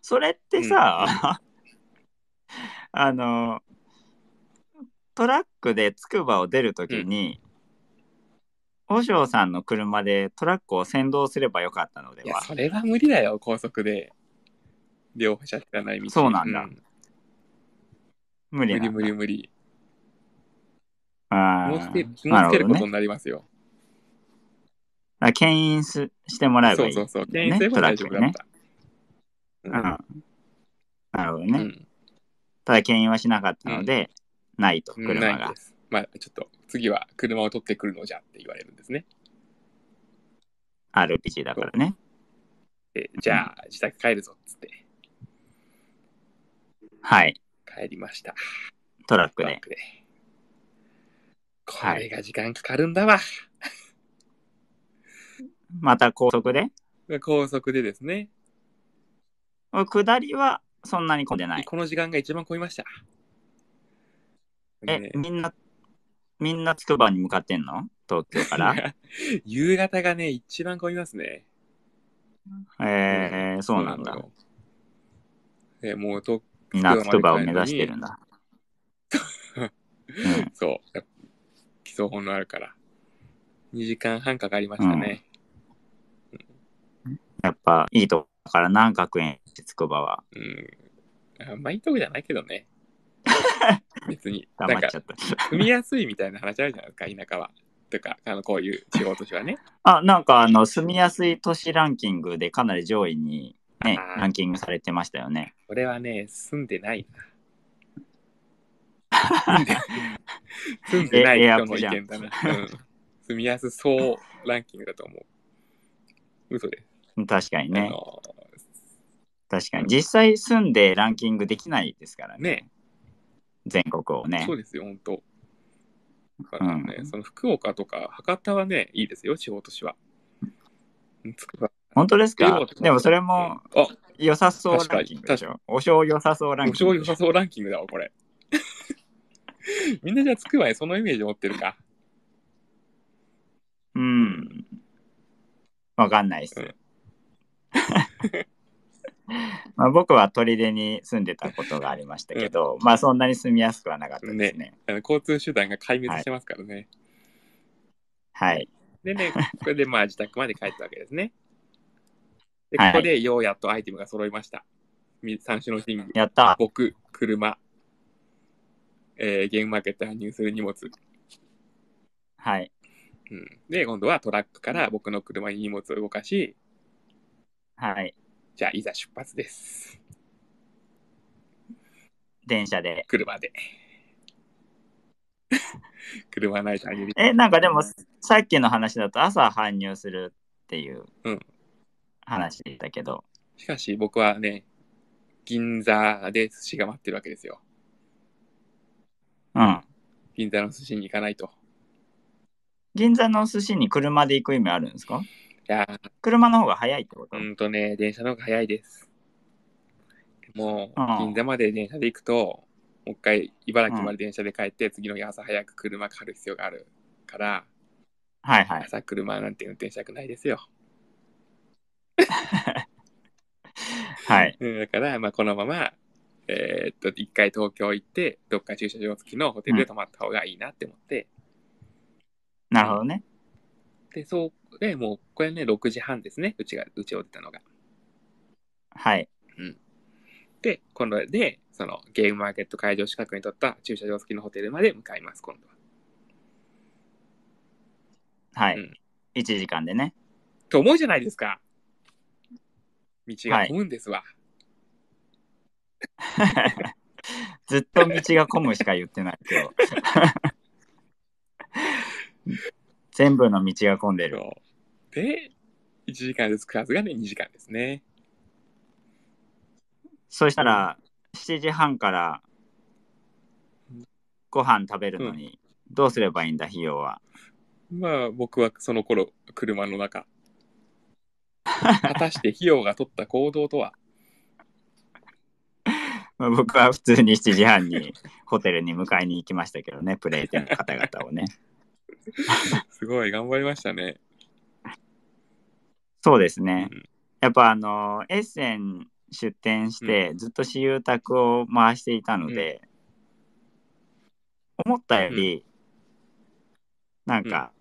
A: それってさ、 あの、トラックでつくばを出るときに、和尚さんの車でトラックを先導すればよかったので
B: いや、
A: は。
B: それは無理だよ、高速で。両車しかない道。
A: そうなんだ無
B: 無
A: 理
B: 理
A: な。
B: 無理無理。
A: あ
B: 紐
A: ー
B: 付け紐
A: なるほ
B: 付け
A: ど
B: るこ
A: ね
B: と。になりますよ。
A: あ牽引すしてもらえば
B: そ
A: いうい。
B: そうそう。
A: ね
B: 牽引すれば大丈夫だった。
A: うんなるほど
B: う
A: ね。
B: ん
A: ただ牽引はしなかったので、ないと、
B: うん。
A: 車
B: ない
A: が
B: で。す。まあ、ちょっと次は車を取ってくるのじゃって言われるんですね。
A: RPG だからね。
B: でじゃあ、自宅帰るぞっつって
A: はい。
B: 帰りました。
A: トラック
B: トラッ
A: で。
B: クで。こ
A: はい
B: れが時間かかるんだわ。
A: また高速で。
B: 高速でですね。
A: 下りはそんなに混んでない。
B: この時間が一番混みました。
A: え
B: ね、
A: みんな、みんなつくばに向かってんの東京から。
B: 夕方がね、一番混みますね。
A: えー、そうなんだ
B: の。よ。えもうと、
A: みんなつくばを目指してるんだ。うん
B: そう。やっぱ基礎本のあるから。2時間半かかりましたね。
A: やっぱいいとこだからな、学園つくばは。
B: うん。あんまいいとこじゃないけど ね。別に。なん
A: 黙っ
B: か
A: ちゃ、った。
B: 踏みやすいみたいな話あるじゃないですか、田舎は。とか、あの、こういう地方都市はね。
A: あ、なんかあの、住みやすい都市ランキングでかなり上位に、ね
B: あ、ー
A: ランキングされてましたよね。
B: 俺はね、住んでない な。住んで住んでない人の意見だな。うん住みやすそうランキングだと思う。嘘で。
A: 確かに
B: あ
A: ね。
B: の
A: 確かに。実際住んでランキングできないですからね。
B: ね
A: 全国をね
B: そ。うですよ、本当。だからね、
A: うん
B: その福岡とか博多はね、いいですよ、地方都市は。つくば。
A: 本当です
B: 福
A: か
B: 岡とか
A: でもそれも
B: あ、
A: 良さそうランキングでしょ。お正良さそうラン
B: 無
A: キン
B: 償
A: グ
B: 良
A: でしょ。
B: さそうランキングだわ、これ。 みんなじゃあつくばにそのイメージ持ってるか。
A: うん。わかんないっす。
B: うん
A: まあ僕は砦に住んでたことがありましたけど、まあそんなに住みやすくはなかったですね
B: あの交通手段が壊滅してますからね。
A: はい。
B: でね、これでまあ自宅まで帰ったわけですね。で、こ
A: はい
B: こでようやっとアイテムが揃いました。み三種の神器。
A: やった。
B: 僕、車、えーゲームマーケットに搬入する荷物、
A: はい。
B: うん。で、今度はトラックから僕の車に荷物を動かし、
A: はい。
B: じゃあいざ出発です。
A: 電車で。
B: 車で。 車ないと入り。
A: え、なんかでも、さっきの話だと朝搬入するっていう
B: うん
A: 話でしたけど、
B: しかし僕はね、銀座で寿司が待ってるわけですよ。
A: うん。
B: 銀座の寿司に行かないと。
A: 銀座のお寿司に車で行く意味あるんですか
B: いやー
A: 車の方が早いってこと、
B: うんとね、電車の方が早いです。もう
A: あ、あ
B: 銀座まで電車で行くと、もう一回茨城まで電車で帰って、次の日朝早く車借る必要があるから、
A: はいはい。
B: 朝車なんて運転したくないですよ。
A: はい。
B: うんだから、まあ、このまま、えーっと、一回東京行って、どっか駐車場付きのホテルで泊まった方がいいなって思って、
A: なるほどね。
B: で、そう、で、もう、これね、6時半ですね、うちが、うちを出たのが。
A: はい。
B: で、今度で、その、ゲームマーケット会場近くに取った駐車場付きのホテルまで向かいます、今度は。
A: はい。
B: うん
A: 1時間でね。
B: と思うじゃないですか。道が混むんですわ。
A: ずっと道が混むしか言ってない今日。 全部の道が混んでる。
B: そうで、1時間で着くはずがね、2時間ですね。
A: そしたら、7時半からご飯食べるのに、どうすればいいんだ、費用は。
B: まあ、僕はその頃、車 の中。果たして費用が取った行動とは、
A: まあ、僕は普通に7時半にホテルに迎えに行きましたけどね、プレイ店の方々をね。
B: すごい頑張りましたね。
A: そうです
B: う
A: ね。
B: ん
A: やっぱあの、エッセン出店して、ずっと私有宅を回していたので、思ったより、なんか、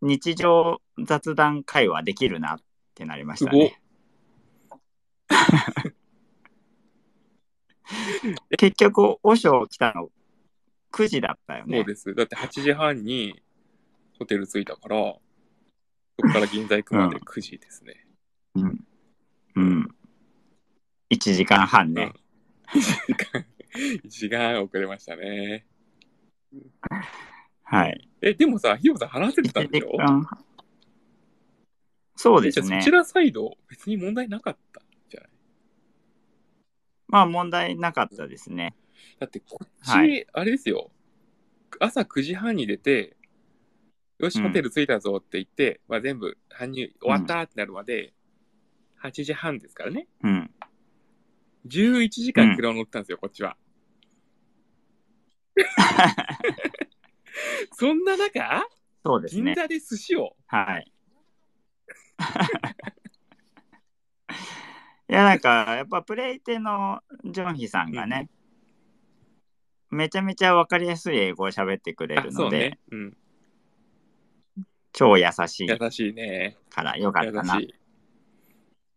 A: 日常雑談会話できるなってなりますした
B: ごっ
A: ね。 結局、和尚来たの9時だったよ
B: そう
A: ね。
B: です。だって8時半にホテル着いたから、そこから銀座行くまで
A: う
B: 9時ですね。
A: うん。うん。1時間半ね。
B: 1時間遅れましたね。
A: はい。
B: え、でもさ、ひよさん話 せてたん
A: 1
B: で
A: 時
B: しょ
A: 間半。そうです
B: じゃあ
A: ね
B: そち。らサイド、別に問題なかったんじゃない
A: まあ問題なかったですね。
B: だってこっち、
A: は
B: あれですよ、朝9時半に出て、よし、
A: うん
B: ホテル着いたぞって言って、まあ、全部搬入終わったってなるまで、8時半ですからね、
A: うん。
B: 11時間車を乗ったんですよ、こっちは。そんな中、
A: そうです
B: 銀
A: ね。
B: 座で寿司を、
A: はい。 いや、なんか、やっぱプレイテのジョンヒさんがね、めちゃめちゃ分かりやすい英語を喋ってくれ
B: あ
A: る
B: そ
A: の
B: う
A: で、
B: ね、うん、
A: 超優しい
B: 優しいね
A: からよかった
B: 優
A: な
B: し。い、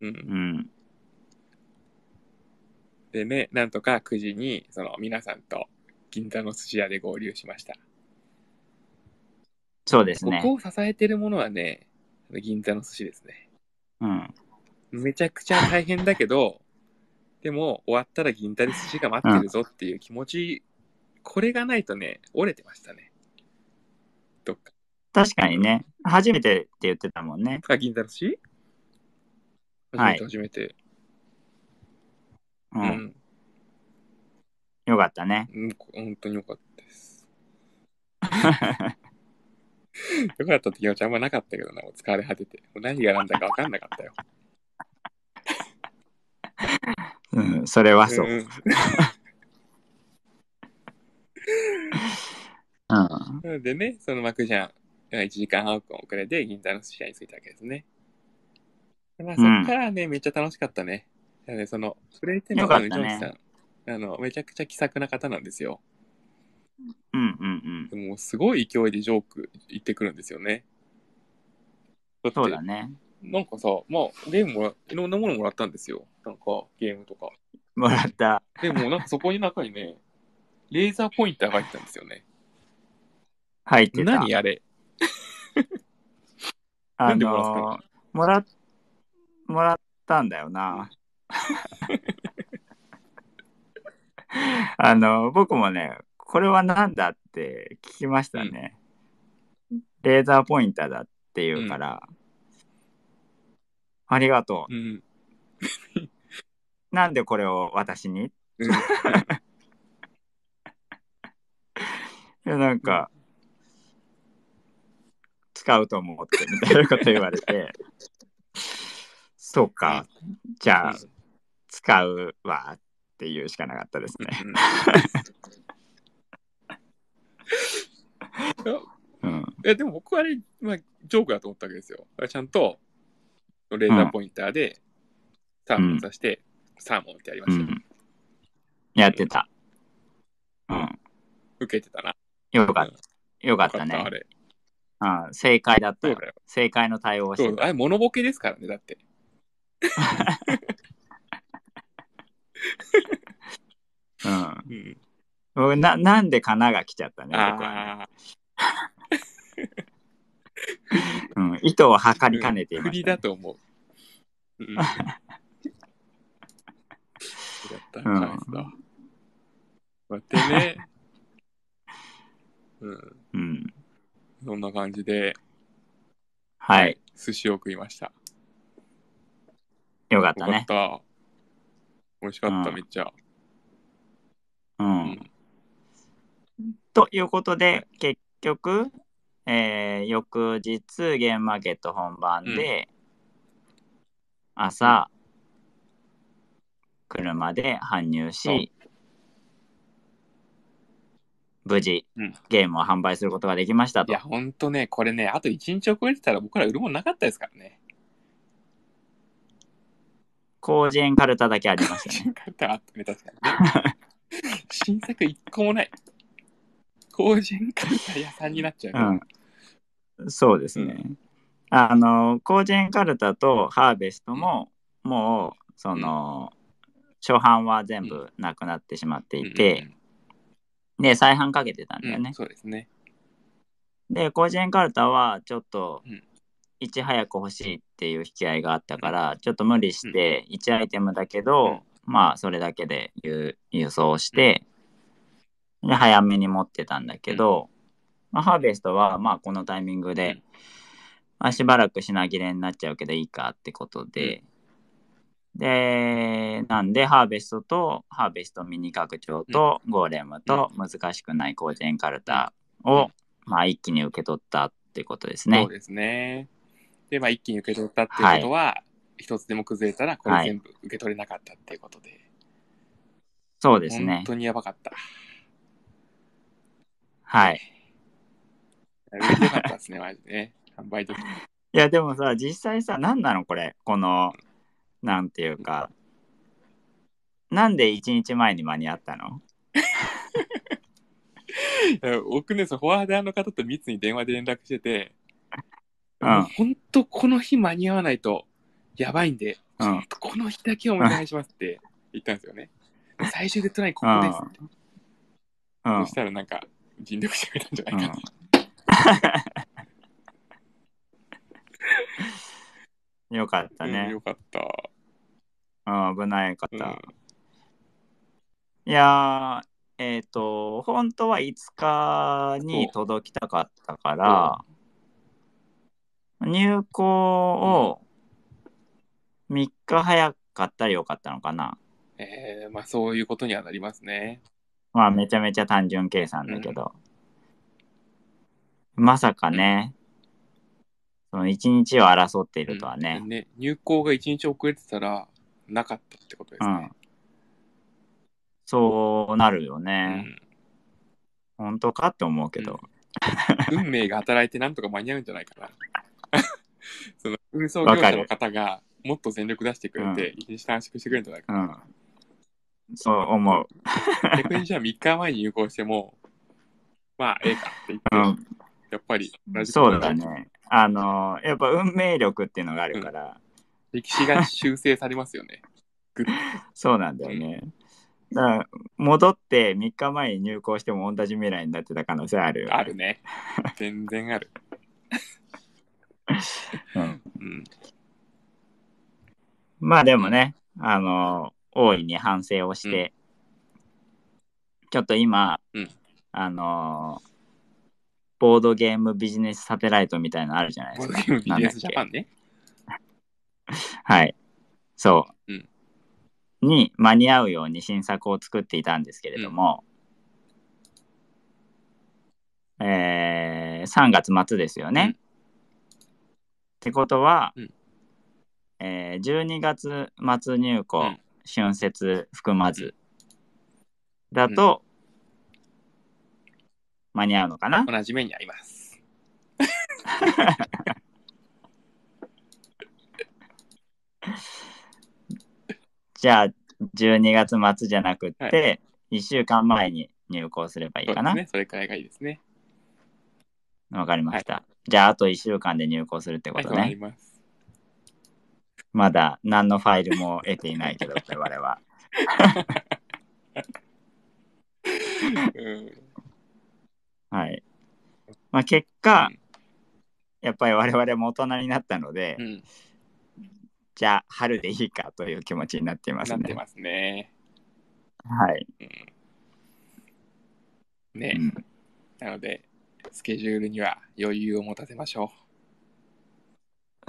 B: う
A: う
B: ん、
A: ん、
B: でねなんとか9時にその皆さんと銀座の寿司屋で合流しました
A: そうです
B: こ
A: ね。
B: こを支えてるものはね銀座の寿司ですね
A: うん、
B: めちゃくちゃ大変だけ ど、でも終わったら銀座で寿司が待ってるぞっていう気持ち、これがないとね、折れてましたね。どっか。
A: 確かにね、初めてって言ってたもんね。
B: あ、銀座の寿司
A: はい
B: 初めて、
A: う
B: 初め
A: ん、
B: て。
A: よかったね。
B: うん。うん、本当によかった です。よかったって気持ちあんまなかったけどな、もう疲れ果てて。もう何が何だか分かんなかったよ。
A: うん、それはそう。
B: ん
A: うん、
B: うんでね、その幕じゃん、1時間半遅れで銀座の寿司屋に着いたわけですね。まあ、そっからね、めっちゃ楽しかったね。だからねその、プレイテンの
A: よかっ
B: ジ
A: た
B: ョン
A: ね
B: さん、あの、めちゃくちゃ気さくな方なんですよ。
A: うん、うん、
B: でも、すごい勢いでジョーク言ってくるんですよね。
A: う
B: だ
A: ん。
B: って
A: そうだね。
B: なんかさ、まあ、ゲームもらいろんなものもらったんですよ。なんか、ゲームとか。
A: もらった。
B: でも、なんかそこに中にね、レーザーポインターが入ってたんですよ ね。
A: 入ってた。
B: 何あれな
A: あ
B: んでもらったの
A: のーもらもらったんだよ な。あの僕もねこれは何だって聞きましたね。レーザーポインターだっていうから、ありがとう
B: うん。
A: なんでこれを私に
B: うん
A: いや なんか、使うと思ってみたいなこと言われてそうかじゃあ使うわっていうしかなかったですね。
B: うん
A: うん、
B: いやでも僕はあれ、まあ、ジョークだと思ったわけですよ。あれちゃんとレーザーポインターでサーモンさして、サーモンってやりま
A: う
B: したよ、
A: ん、やってた。うん、
B: 受けてたな。
A: よかった。よか
B: よ
A: ったね。
B: あれ。
A: あ正解だった
B: そう
A: よ
B: だよ。
A: 正解の対応をし
B: そ
A: て
B: う
A: た。
B: あれ、モノボケですからね、だって。
A: うん、
B: うん、
A: 僕ななんでかなが来ちゃったね。僕はね
B: あ
A: うん、意図を
B: あ、
A: 測りかねてい
B: 振
A: ま
B: り
A: したね、
B: だと思う。 うん。やった、
A: うん
B: かわいそうだ。待ってね。うん、
A: うん。
B: そんな感じで、
A: はい、。
B: 寿司を食いました。
A: よかった
B: よかっ
A: ね。
B: た。美味しかった、
A: うん
B: めっちゃ。
A: う、。
B: うん
A: ということで、結局、えー翌日、ゲームマーケット本番で、朝、車で搬入し、無事
B: うん、
A: ゲームを販売することができました
B: い
A: と
B: や、。ほんとね、これね、あと1日遅れてたら僕ら売るもんなかったですからね。
A: 広辞苑カルタだけありましたね。
B: 新作あったね、確か にね。新作1個もない。工人会社屋さんになっちゃう。
A: うん。そうですね。あの、広辞苑カルタとハーベストも、もう、その、初版は全部なくなってしまっていて、で、再販かけてたん
B: うん、
A: だよ
B: うん
A: ね。
B: そうですね。
A: で、コージェンカルタはちょっと
B: うん、
A: いち早く欲しいっていう引き合いがあったから、ちょっと無理して、1アイテムだけど、まあ、それだけで輸輸送して、で、早めに持ってたんだけど、まあ、ハーベストは、まあ、このタイミング
B: う
A: で
B: ん、
A: まあ、しばらく品切れになっちゃうけどいいかってことで、で、なんで、ハーベストと、ハーベストミニ拡張と、ゴーレムと、難しくないコージェンカルタを、まあ、一気に受け取ったってことですね
B: そう。ですね。で、まあ、一気に受け取ったっていうことは、一、つでも崩れたら、これ全部受け取れなかったっていうことで。
A: そうです
B: 本
A: ね。
B: 当にやばかった。
A: はい。。
B: やばかったですね、マジでね。販売でき
A: いや、でもさ、実際さ、何なのこれ。この、なんていうか、なんで1日前に間に合ったの
B: い や僕ね、そのフォワーダーの方と密に電話で連絡してて、
A: うん
B: もう本当この日間に合わないとやばいんで、
A: うん
B: この日だけお願いしますって言ったんですよね。最終デッドラインここですって。
A: うん
B: そしたらなんか尽力してくれたんじゃないかな。
A: うん よかった
B: うん
A: ね
B: よ。かった。
A: うん、危ないかっ
B: うん
A: た。いやー、えっ、と、本当は5日に届きたかったから、入校を3日早かったらよかったのかな。
B: えーまあそういうことにはなりますね。
A: まあ、めちゃめちゃ単純計算だけど。まさかね、その1日を争っているとはね。
B: ね入校が一日遅れてたらなかったってことですね。
A: そうなるよ
B: う
A: ね。
B: ん
A: 本当かって思うけど。
B: 運命が働いてなんとか間に合うんじゃないか な。その運送業者の方がもっと全力出してくれて、一日短縮してくれるんじゃないか
A: うん。そう思う。
B: な。逆にじゃあ3日前に入校しても、まあええかって言って、
A: うん
B: やっぱり同じこ
A: そ
B: と
A: うだ。ね。あの、やっぱ運命力っていうのがあるから、
B: 歴史が修正されますよね。ぐっと
A: そうなんだよね。だから戻って3日前に入校しても同じ未来になってた可能性あるよ、ね。
B: あるね。全然ある。
A: うん
B: うん。
A: まあでもね、あの、大いに反省をして、ちょっと今、
B: うん
A: あの、ボードゲームビジネスサテライトみたいなのあるじゃないで
B: ボー
A: すか。
B: ドゲームビ
A: なん
B: ジ
A: だ
B: ネ
A: っ
B: ス
A: け
B: ジャパンね。
A: はい。そう。
B: うん
A: に間に合うように新作を作っていたんですけれども、えー3月末ですよね。
B: うん
A: ってことは、
B: うん
A: えー12月末入校、
B: うん
A: 春節含まず、だと、間に合うのかな、
B: 同じ目にあります。
A: じゃあ12月末じゃなくって、
B: は
A: 1週間前に入校すればいい
B: そう
A: か
B: で
A: な
B: すね。それくらいがいいですね。
A: わかりました。じゃあ、あと1週間で入校するって
B: は
A: こ
B: い、
A: と
B: わかり
A: ね。
B: ます。
A: まだ何のファイルも得ていないけど、我々 は。
B: うん。
A: はい。まあ、結果
B: うん、
A: やっぱり我々も大人になったので、
B: うん。
A: じゃあ、春でいいかという気持ちになっています
B: なっ
A: ね。
B: てますね。
A: はい、
B: ね。
A: うん
B: なので、スケジュールには余裕を持たせましょ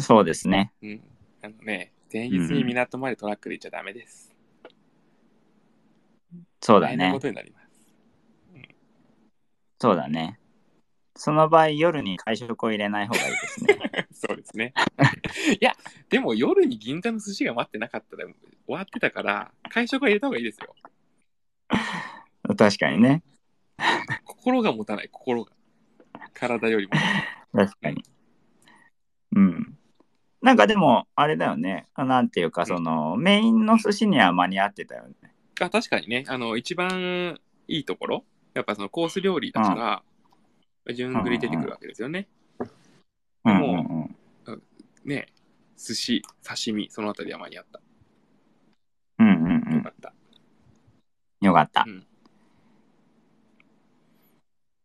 A: そうですね。
B: う。うん。あのね、前日に港までトラックで行っちゃダメです。
A: そう
B: 大
A: だ
B: 変なこ
A: ね。
B: とになります。
A: そうだね。その場合、夜に会食を入れない方がいいです ね。
B: そうですね。いや、でも夜に銀座の寿司が待ってなかったら終わってたから、会食は入れた方がいいですよ。
A: 確かにね。
B: 心が持たない、心が。体よりも。
A: 確かに。うん。なんかでも、あれだよね。あなんていうか、その、メインの寿司には間に合ってたよね。
B: あ確かにね、あの、一番いいところ、やっぱそのコース料理だから、順繰り出てくるわけですよね。
A: うん
B: もう
A: うんうん
B: ね寿司、刺身、そのあたりは間に合った。
A: うんう
B: よ
A: ん
B: かった。
A: うん。よかった
B: うん。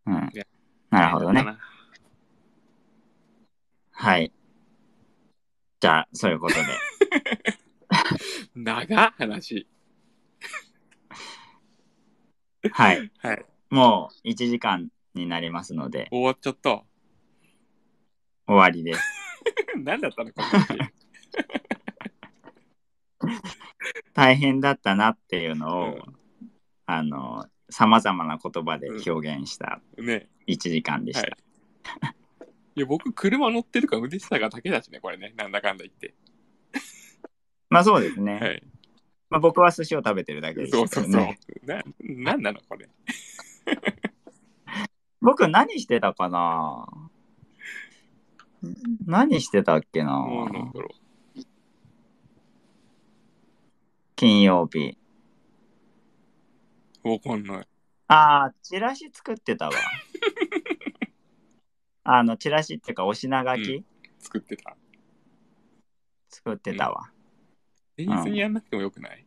A: うん
B: いや。
A: なるほどね。
B: な。
A: はい。じゃあ、そういうことで。
B: 長っ話。
A: はい。
B: はい。
A: もう1時間になりますので、
B: 終わっちゃった。
A: 終わりです。
B: 何だったのかなって。
A: 大変だったなっていうのを、
B: うん
A: あの、さまざまな言葉で表現した
B: ね
A: 1時間でした。
B: はいいや、僕、車乗ってるか運転してたかだけだしね、これね。なんだかんだ言って。
A: まあそうですね。
B: はい。
A: まあ、僕は寿司を食べてるだけですけど
B: そ
A: ね。
B: うそうそう。な、なんなのこれ。
A: 僕何してたかな何してたっけな
B: もうなんだろ
A: 金曜日。
B: う。わかんない。
A: ああ、チラシ作って たわ。あの、チラシっていうか、お品書
B: う
A: き
B: 作ってた。
A: 作ってたわ。
B: 前日にやんなくてもよくない、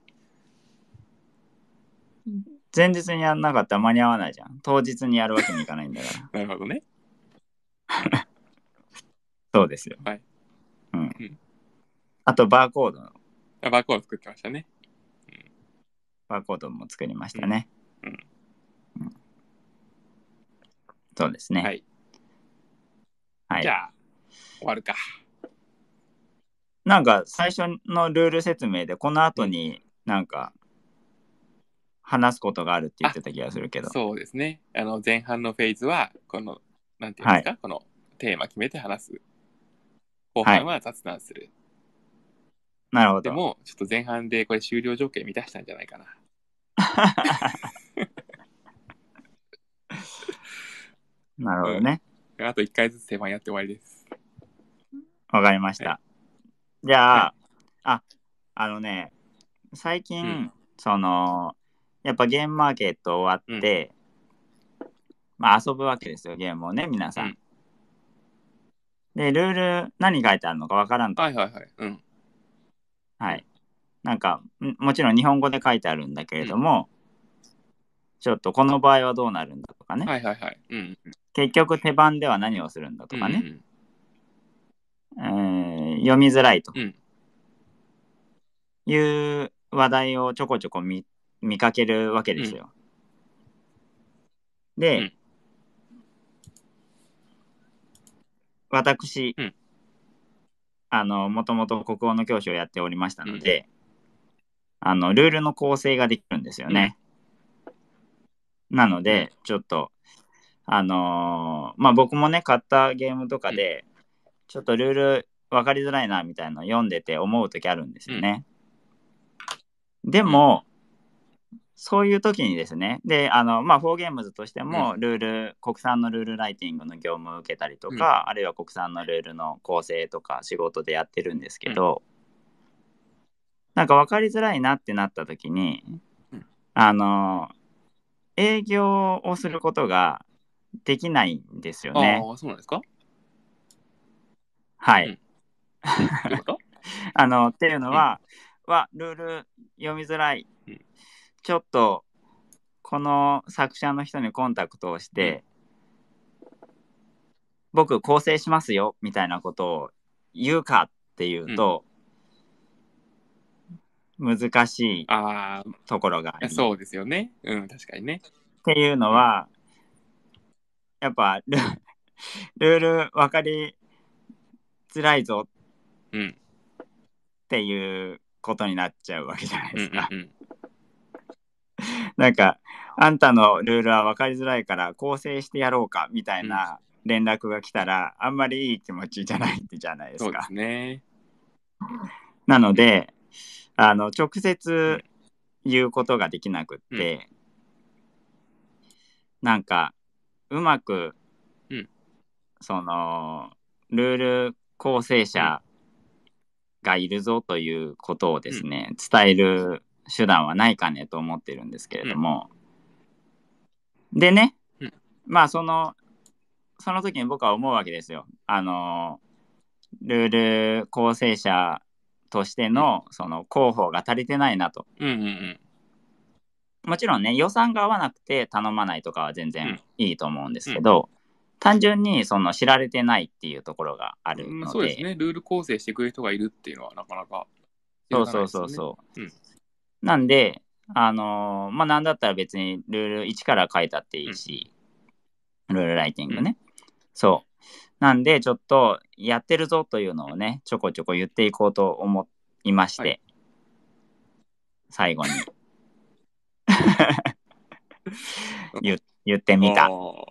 A: 前日にやんなかったら間に合わないじゃん。当日にやるわけにいかないんだから。
B: なるほどね。
A: そうですよ。
B: はい。
A: うん。
B: ん
A: あと、バーコード、
B: あバーコード作ってましたね。
A: バーコードも作りましたね。
B: うん
A: うんそうですね。
B: はい。
A: はい
B: じゃあ、終わるか。
A: なんか最初のルール説明でこの後になんか話すことがあるって言ってた気がするけど
B: そうですね。あの、前半のフェーズは、この、なんていうんですか、このテーマ決めて話す。後半は雑談する。
A: なるほ
B: で
A: ど
B: も、ちょっと前半でこれ終了条件満たしたんじゃないかな。
A: なるほどね
B: あと1回ずつ手番やって終わりです。
A: わかりました、
B: は
A: じゃあ、
B: は
A: ああのね最近、
B: うん
A: そのやっぱゲームマーケット終わって、まあ遊ぶわけですよゲームをね皆さん、
B: うん
A: でルール何書いてあるのかわからんと
B: はいはいはい。うん。
A: はい。なんか、んもちろん日本語で書いてあるんだけれども、ちょっとこの場合はどうなるんだとかね、
B: はいはいはい。うん。
A: 結局手番では何をするんだとか
B: う
A: ね、
B: ん
A: えー読みづらいと
B: うん。
A: いう話題をちょこちょこ見見かけるわけですよ。で、
B: うん
A: 私、
B: うん
A: あのもともと国語の教師をやっておりましたので、あのルールの構成ができるんですよね。なのでちょっとあのーまあ僕もね買ったゲームとかで、ちょっとルール分かりづらいなみたいなの読んでて思う時あるんですよね。でも、そういう時にですね、で、あの、まあ、フォーゲームズとしても、ルール、国産のルールライティングの業務を受けたりとか、あるいは国産のルールの構成とか仕事でやってるんですけど、なんか分かりづらいなってなった時に、
B: うん
A: あの、営業をすることができないんですよね。
B: ああ、そうなんですか
A: はい。
B: うんどう いうこと
A: あのっていうのは、はルール読みづらい、
B: うん
A: ちょっとこの作者の人にコンタクトをして、僕構成しますよみたいなことを言うかっていうと、難しい
B: ああ、
A: ところがあり
B: そうですよね。うん、確かにね。
A: っていうのは、やっぱルルール分かりづらいぞ
B: うん。
A: っていうことになっちゃうわけじゃない
B: うん
A: で
B: う
A: すか。
B: んうん。
A: なんか、あんたのルールは分かりづらいから、構成してやろうかみたいな連絡が来たら、あんまりいい気持ちじゃないじゃないで
B: そ
A: す
B: うで
A: か。
B: すね。
A: なので、あの、直接言うことができなくって、なんか、うまく、
B: うん
A: その、ルール構成者がいるぞということをですね、伝える手段はないかねと思ってるんですけれども、でね、
B: うん
A: まあそのその時に僕は思うわけですよあのルール構成者としてのその広報が足りてないなと
B: うんうんうん。
A: もちろんね予算が合わなくて頼まないとかは全
B: うん
A: 然いいと思うんですけど、単純にその知られてないっていうところがある
B: うん
A: の
B: そう
A: で,、
B: ですね。ルール構成してくれる人がいるっていうのはなかなか、
A: そうそうそうそう。
B: うん
A: なんで、あのーまあ、なんだったら別にルール1から書いたっていいし、ルールライティングね。そう。なんで、ちょっとやってるぞというのをね、ちょこちょこ言っていこうと思いまして、
B: は。
A: 最 後に言言って
B: ですよね。
A: みた。
B: お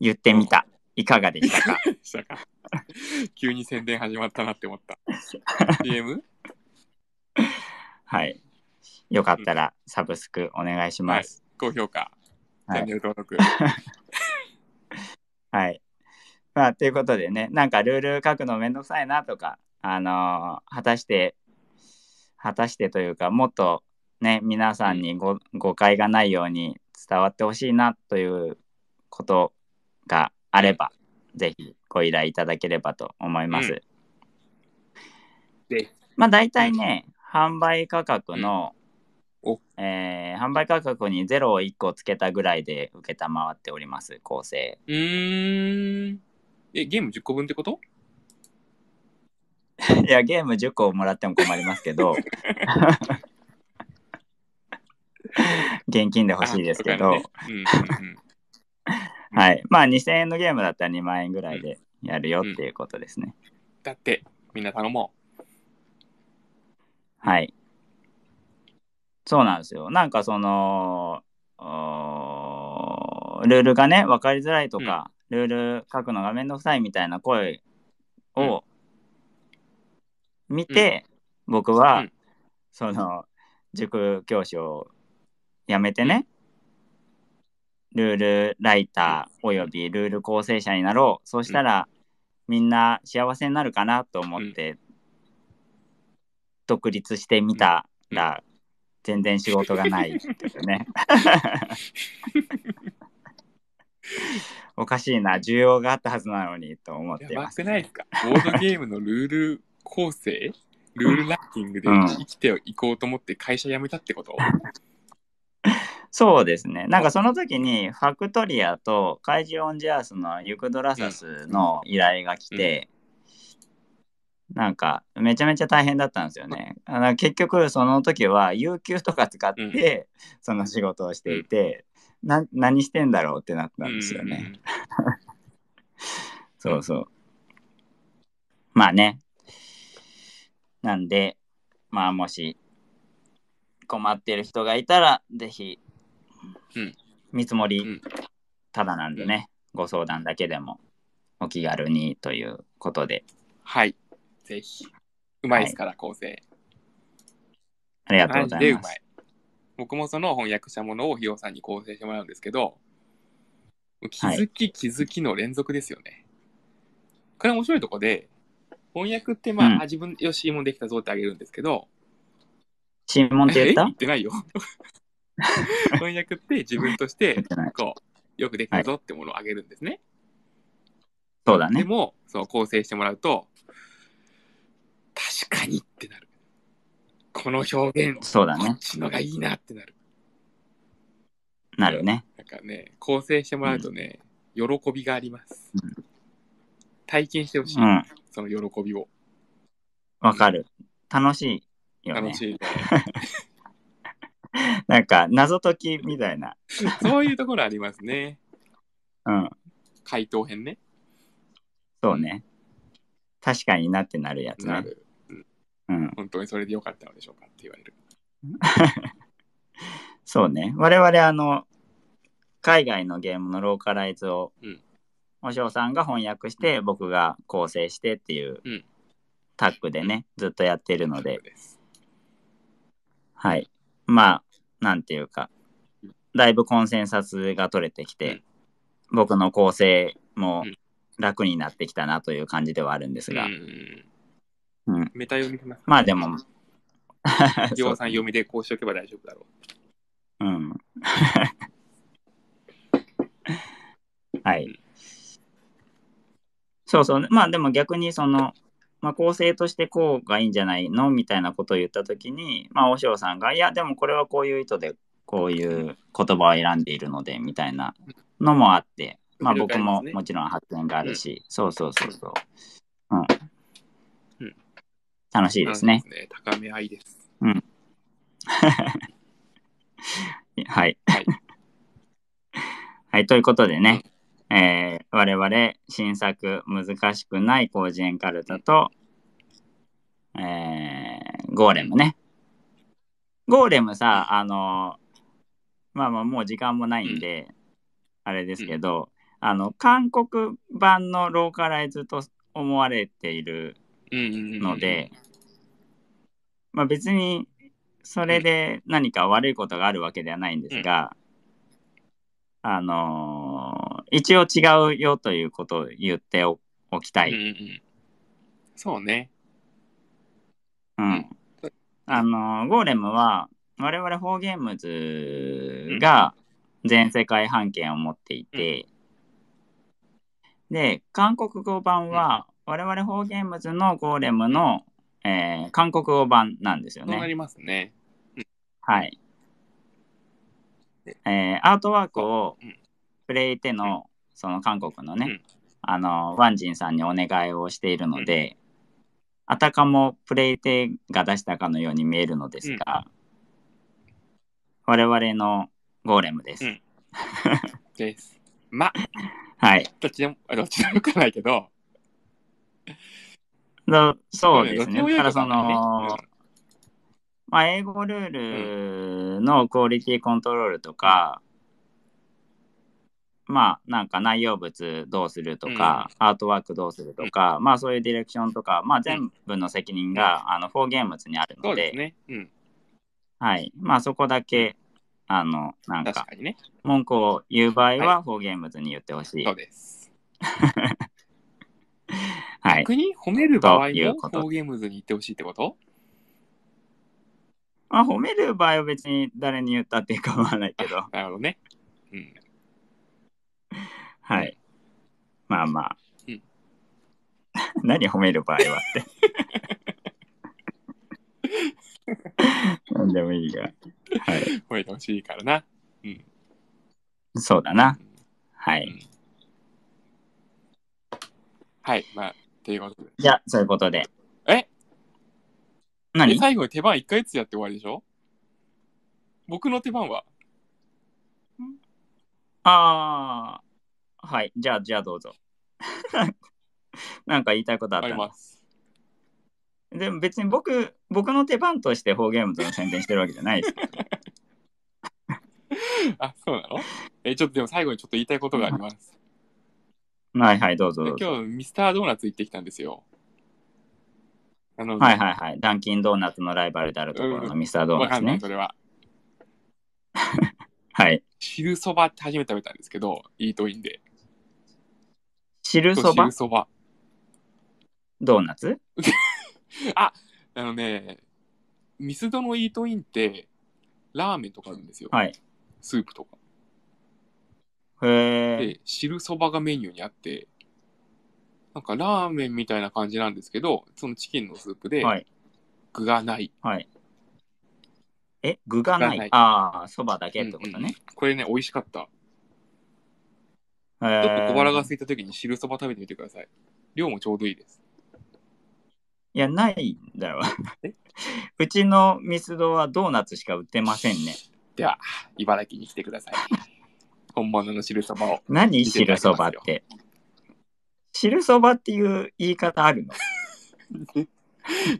A: 言ってみた。いかがでした か
B: ーしたか。 急に宣伝始まったなって 思った。CM?
A: はい。よかったらサブスクお願いします。
B: 高評価、
A: は
B: チ
A: い
B: ャンネル登録。
A: はい。まあ、ということでね、なんかルール書くのめんどくさいなとか、あのー果たして、果たしてというか、もっとね、皆さんにご誤解がないように伝わってほしいなということがあれば、ぜひご依頼いただければと思います。
B: で、
A: まあ大体ね、販売価格の、
B: うんお
A: えー販売価格に0を1個つけたぐらいで承っております、構成。
B: うーん。え、ゲーム10個分ってこと
A: いや、ゲーム10個もらっても困りますけ ど、現金で欲しいですけど、
B: あお金ねうんうんうんうん
A: はい。まあ2000円のゲームだったら2万円ぐらいでやるよっていうことですね。
B: だって、みんな頼も
A: はい。そうなんですよ。なんかその、おールールがね、分かりづらいとか、ルール書くのがめんどくさいみたいな声を見て、僕は、
B: うん
A: その、塾教師を辞めてね、ルールライターおよびルール構成者になろう。そうしたら、みんな幸せになるかなと思って、独立してみたら、全然仕事がないですよ ね。おかしいな、需要があったはずなのにと思っ
B: う。や
A: てい
B: ば
A: ます。
B: くないですかボードゲームのルール構成ルールランキングで
A: うん
B: 生きていこうと思って会社辞めたってこと、
A: そうですね。なんかその時に、ファクトリアとカイジオンジャースのユクドラサスの依頼が来て、なんかめちゃめちゃ大変だったんですよね。あの結局その時は有給とか使ってその仕事をしていて、な何してんだろうってなったんですよね。そうそう。まあね。なんで、まあもし困ってる人がいたら、ぜひ、
B: うん
A: 見積もり、
B: うん
A: ただなんでね、ご相談だけでもお気軽にということで、
B: はい。ぜひ。うまいですから、構成。
A: ありがとう
B: マ
A: ご
B: ジ
A: ざ
B: で
A: いうま。
B: ますい。僕もその翻訳したものをひよさんに構成してもらうんですけど、気づき気づきの連続ですよね。これ面白いとこで、翻訳ってまあ、
A: うん
B: あ自分よし、いいもんできたぞってあげるんですけど、
A: 新聞って言っ
B: え
A: た
B: 言ってないよ。翻訳って自分とし
A: 言
B: て
A: っ、てない。
B: こう、よくできたぞってものをあげるんですね。
A: そうだ
B: で
A: ね。
B: も、そう、構成してもらうと、確かにってなる。この表現、
A: そうだ
B: こっ
A: ね。
B: ちのがいいなってなる。
A: なるね。
B: なんかね、構成してもらうとね、喜びがあります。
A: うん
B: 体験してほしい、
A: うん。
B: その喜びを。
A: わかる。楽しいよ
B: 楽
A: ね。
B: しい、
A: なんか謎解きみたいな。
B: そういうところありますね。
A: うん。
B: 回答編ね。
A: そうね。確かになってなるやつ
B: な
A: ね。
B: る。
A: うん。
B: 本当にそれでよかったのでしょうかって言われる。
A: そうね。我々、あの、海外のゲームのローカライズを、
B: うん
A: おしょうさんが翻訳して、僕が構成してっていう
B: うん
A: タッグでね、ずっとやってるので
B: そう、です。
A: はい。まあ、なんていうか、だいぶコンセンサスが取れてきて、僕の構成も
B: うん
A: 楽になってきたなという感じではあるんです
B: うん
A: が、
B: うんう。
A: うんん
B: メタ読みします。
A: まあでも、
B: ひよさん読みでこうしておけば大丈夫だろ
A: うん。 はい。そうそう。まあでも逆にその、まあ、構成としてこうがいいんじゃないのみたいなことを言ったときに、まあ、おしょうさんが、いや、でもこれはこういう意図で、こういう言葉を選んでいるので、みたいなのもあって、まあ
B: 了
A: 僕
B: 解ですね
A: ももちろん発見があるし、そうそうそうそう。うん。
B: うん
A: 楽し
B: う。
A: いですね
B: そ。うですね。高め合いです。
A: はい。
B: はい。
A: はい、ということでね、えー我々、新作、難しくない広辞苑カルタと、えーゴーレムね。ゴーレムさ、あのーまあまあ、もう時間もないんで、あれですけど、あの、韓国版のローカライズと思われている
B: うんうんうんうん。
A: ので、まあ、別にそれで何か悪いことがあるわけではないんですが、あのー一応違うよということを言っておおきた
B: うんう
A: い。
B: んうん。そうね。
A: うんあのーゴーレムは我々フォーゲームズが全世界版権を持っていて、で韓国語版は我々方言物のゴーレムの、えー韓国語版なんですよ
B: そうな
A: ね。
B: りますね。
A: はい
B: ね
A: えーアートワークを
B: うん
A: プレイテのその韓国のね、
B: うん
A: あのワンジンさんにお願いをしているので、あたかもプレイテが出したかのように見えるのですが、我々のゴーレムです。
B: うんです。ま、
A: はい
B: どっちでも、あどっちでもよくはないけど、
A: のそうですね。
B: どっちでも
A: だか
B: よく
A: ら
B: は
A: そ
B: ない
A: の、
B: ね
A: まあ、英語ルールのクオリティコントロールとか、まあなんか内容物どうするとか、アートワークどうするとか、まあそういうディレクションとか、まあ全部の責任が、あのフォーゲームズにある
B: うんそ
A: の
B: う
A: で
B: ですね。うん、
A: はい、まあそこだけあのなん
B: 確
A: か
B: かにね。
A: 文句を言う場合
B: は
A: はフォーゲームズに言ってほしい、
B: そうです。
A: はい、
B: 逆に褒める場合も、
A: と
B: フ
A: いうこと
B: ォーゲームズに行ってほしいってこと
A: まあ褒める場合は別に誰に言ったって構わないけど
B: なるほどね。うん。
A: はい。まあまあ。
B: うん
A: 何褒める場合はって。何でもいいが。はい。
B: 褒めてほしいからな。
A: そうだな
B: う。ん
A: はい。
B: はい、まあ、ということで。
A: じゃあ、そういうことで。
B: ええ
A: 何
B: 最後に手番1回ずつやって終わりでしょ僕の手番は
A: ああ。はい。じゃあ、じゃあどうぞ。 なんか言いたいことあっ
B: あ
A: た
B: り
A: の
B: ます。
A: でも別に僕、僕の手番としてフォーゲームズの宣伝してるわけじゃないですけど。
B: あ、そうなのえ、ちょっとでも最後にちょっと言いたいことがあります。
A: はいはい、どうぞ
B: で
A: どうぞ。
B: 今日、ミスタードーナツ行ってきたんですよ。あの、
A: はいはいはい。ダンキンドーナツのライバルであるところのミスタードー
B: わ
A: ナ
B: か
A: ツ
B: んない、
A: ね。
B: それは。
A: はい。
B: 汁そばって初めて食べたんですけど、イートインで。
A: 汁
B: そう
A: そば
B: 汁そば。
A: ドーナツ
B: あのね、ミスドのイートインって、ラーメンとかあるんですよ。
A: はい。
B: スープとか。
A: へえ。
B: で、汁そばがメニューにあって、なんかラーメンみたいな感じなんですけど、そのチキンのスープで、
A: はい。
B: 具がない。
A: はい。え、具がな
B: 具がない
A: い。ああ、そばだけってこと
B: うんうん
A: ね。
B: これね、美味しかった。
A: ちょ
B: ちょっと小腹が空いた時に汁そば食べてみてください。量もちょうどいいです。
A: いや、ないんだよ
B: え。
A: うちのミスドはドーナツしか売ってませんね。
B: では、茨城に来てくだ さい。本物の汁そばを。
A: 何
B: 見ていた
A: 汁
B: だきますよ
A: そばって。汁そばっていう言い方あるの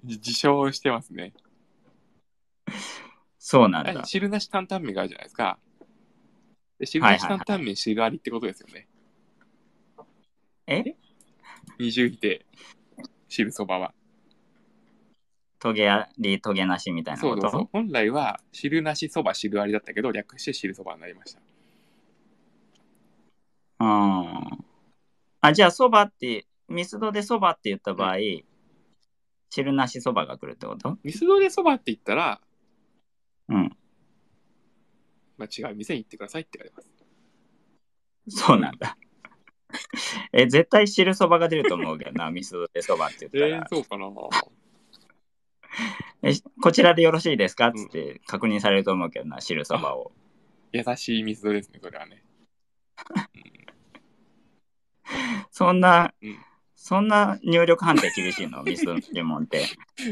B: 自称してますね。
A: そうなんだ。
B: 汁なし担々麺があるじゃないですか。で汁
A: はいは
B: ないし担々麺汁ありってことですよね。
A: え
B: 二重否定。汁そばは。
A: トゲあり、トゲなしみたいな
B: そ
A: こ
B: うそうそ
A: と
B: う。本来は汁なしそば汁ありだったけど、略して汁そばになりました。
A: うん。あ、じゃあ、そばって、ミスドでそばって言った場合、汁なしそばが来るってこと
B: ミスドでそばって言ったら、
A: うん。
B: まあ、違う店に行ってくださいって言われます。
A: そうなんだ。え、絶対汁そばが出ると思うけど な、ミスドでそばって言った
B: えー
A: ら、、
B: そうかな。
A: えこちらでよろしいですかっつって確認されると思うけどな、汁そばを。
B: 優しいミスドですね、それはね。
A: そんな、
B: うん
A: そんな入力判定厳し いの、ミスドの注文って。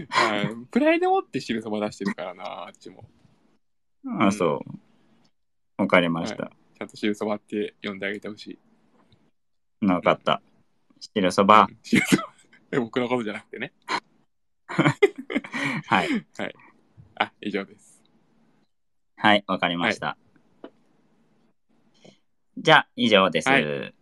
B: はいプライド持って汁そば出してるからな、あっちも。
A: あ、そう。わかりました。
B: ちゃんと汁そばって呼んであげてほしい。
A: なかった。汁そば
B: う。ん汁そば え僕のことじゃなくてね。
A: はい。
B: あ、以上です。
A: はい、わかりました。じゃあ、以上です。
B: は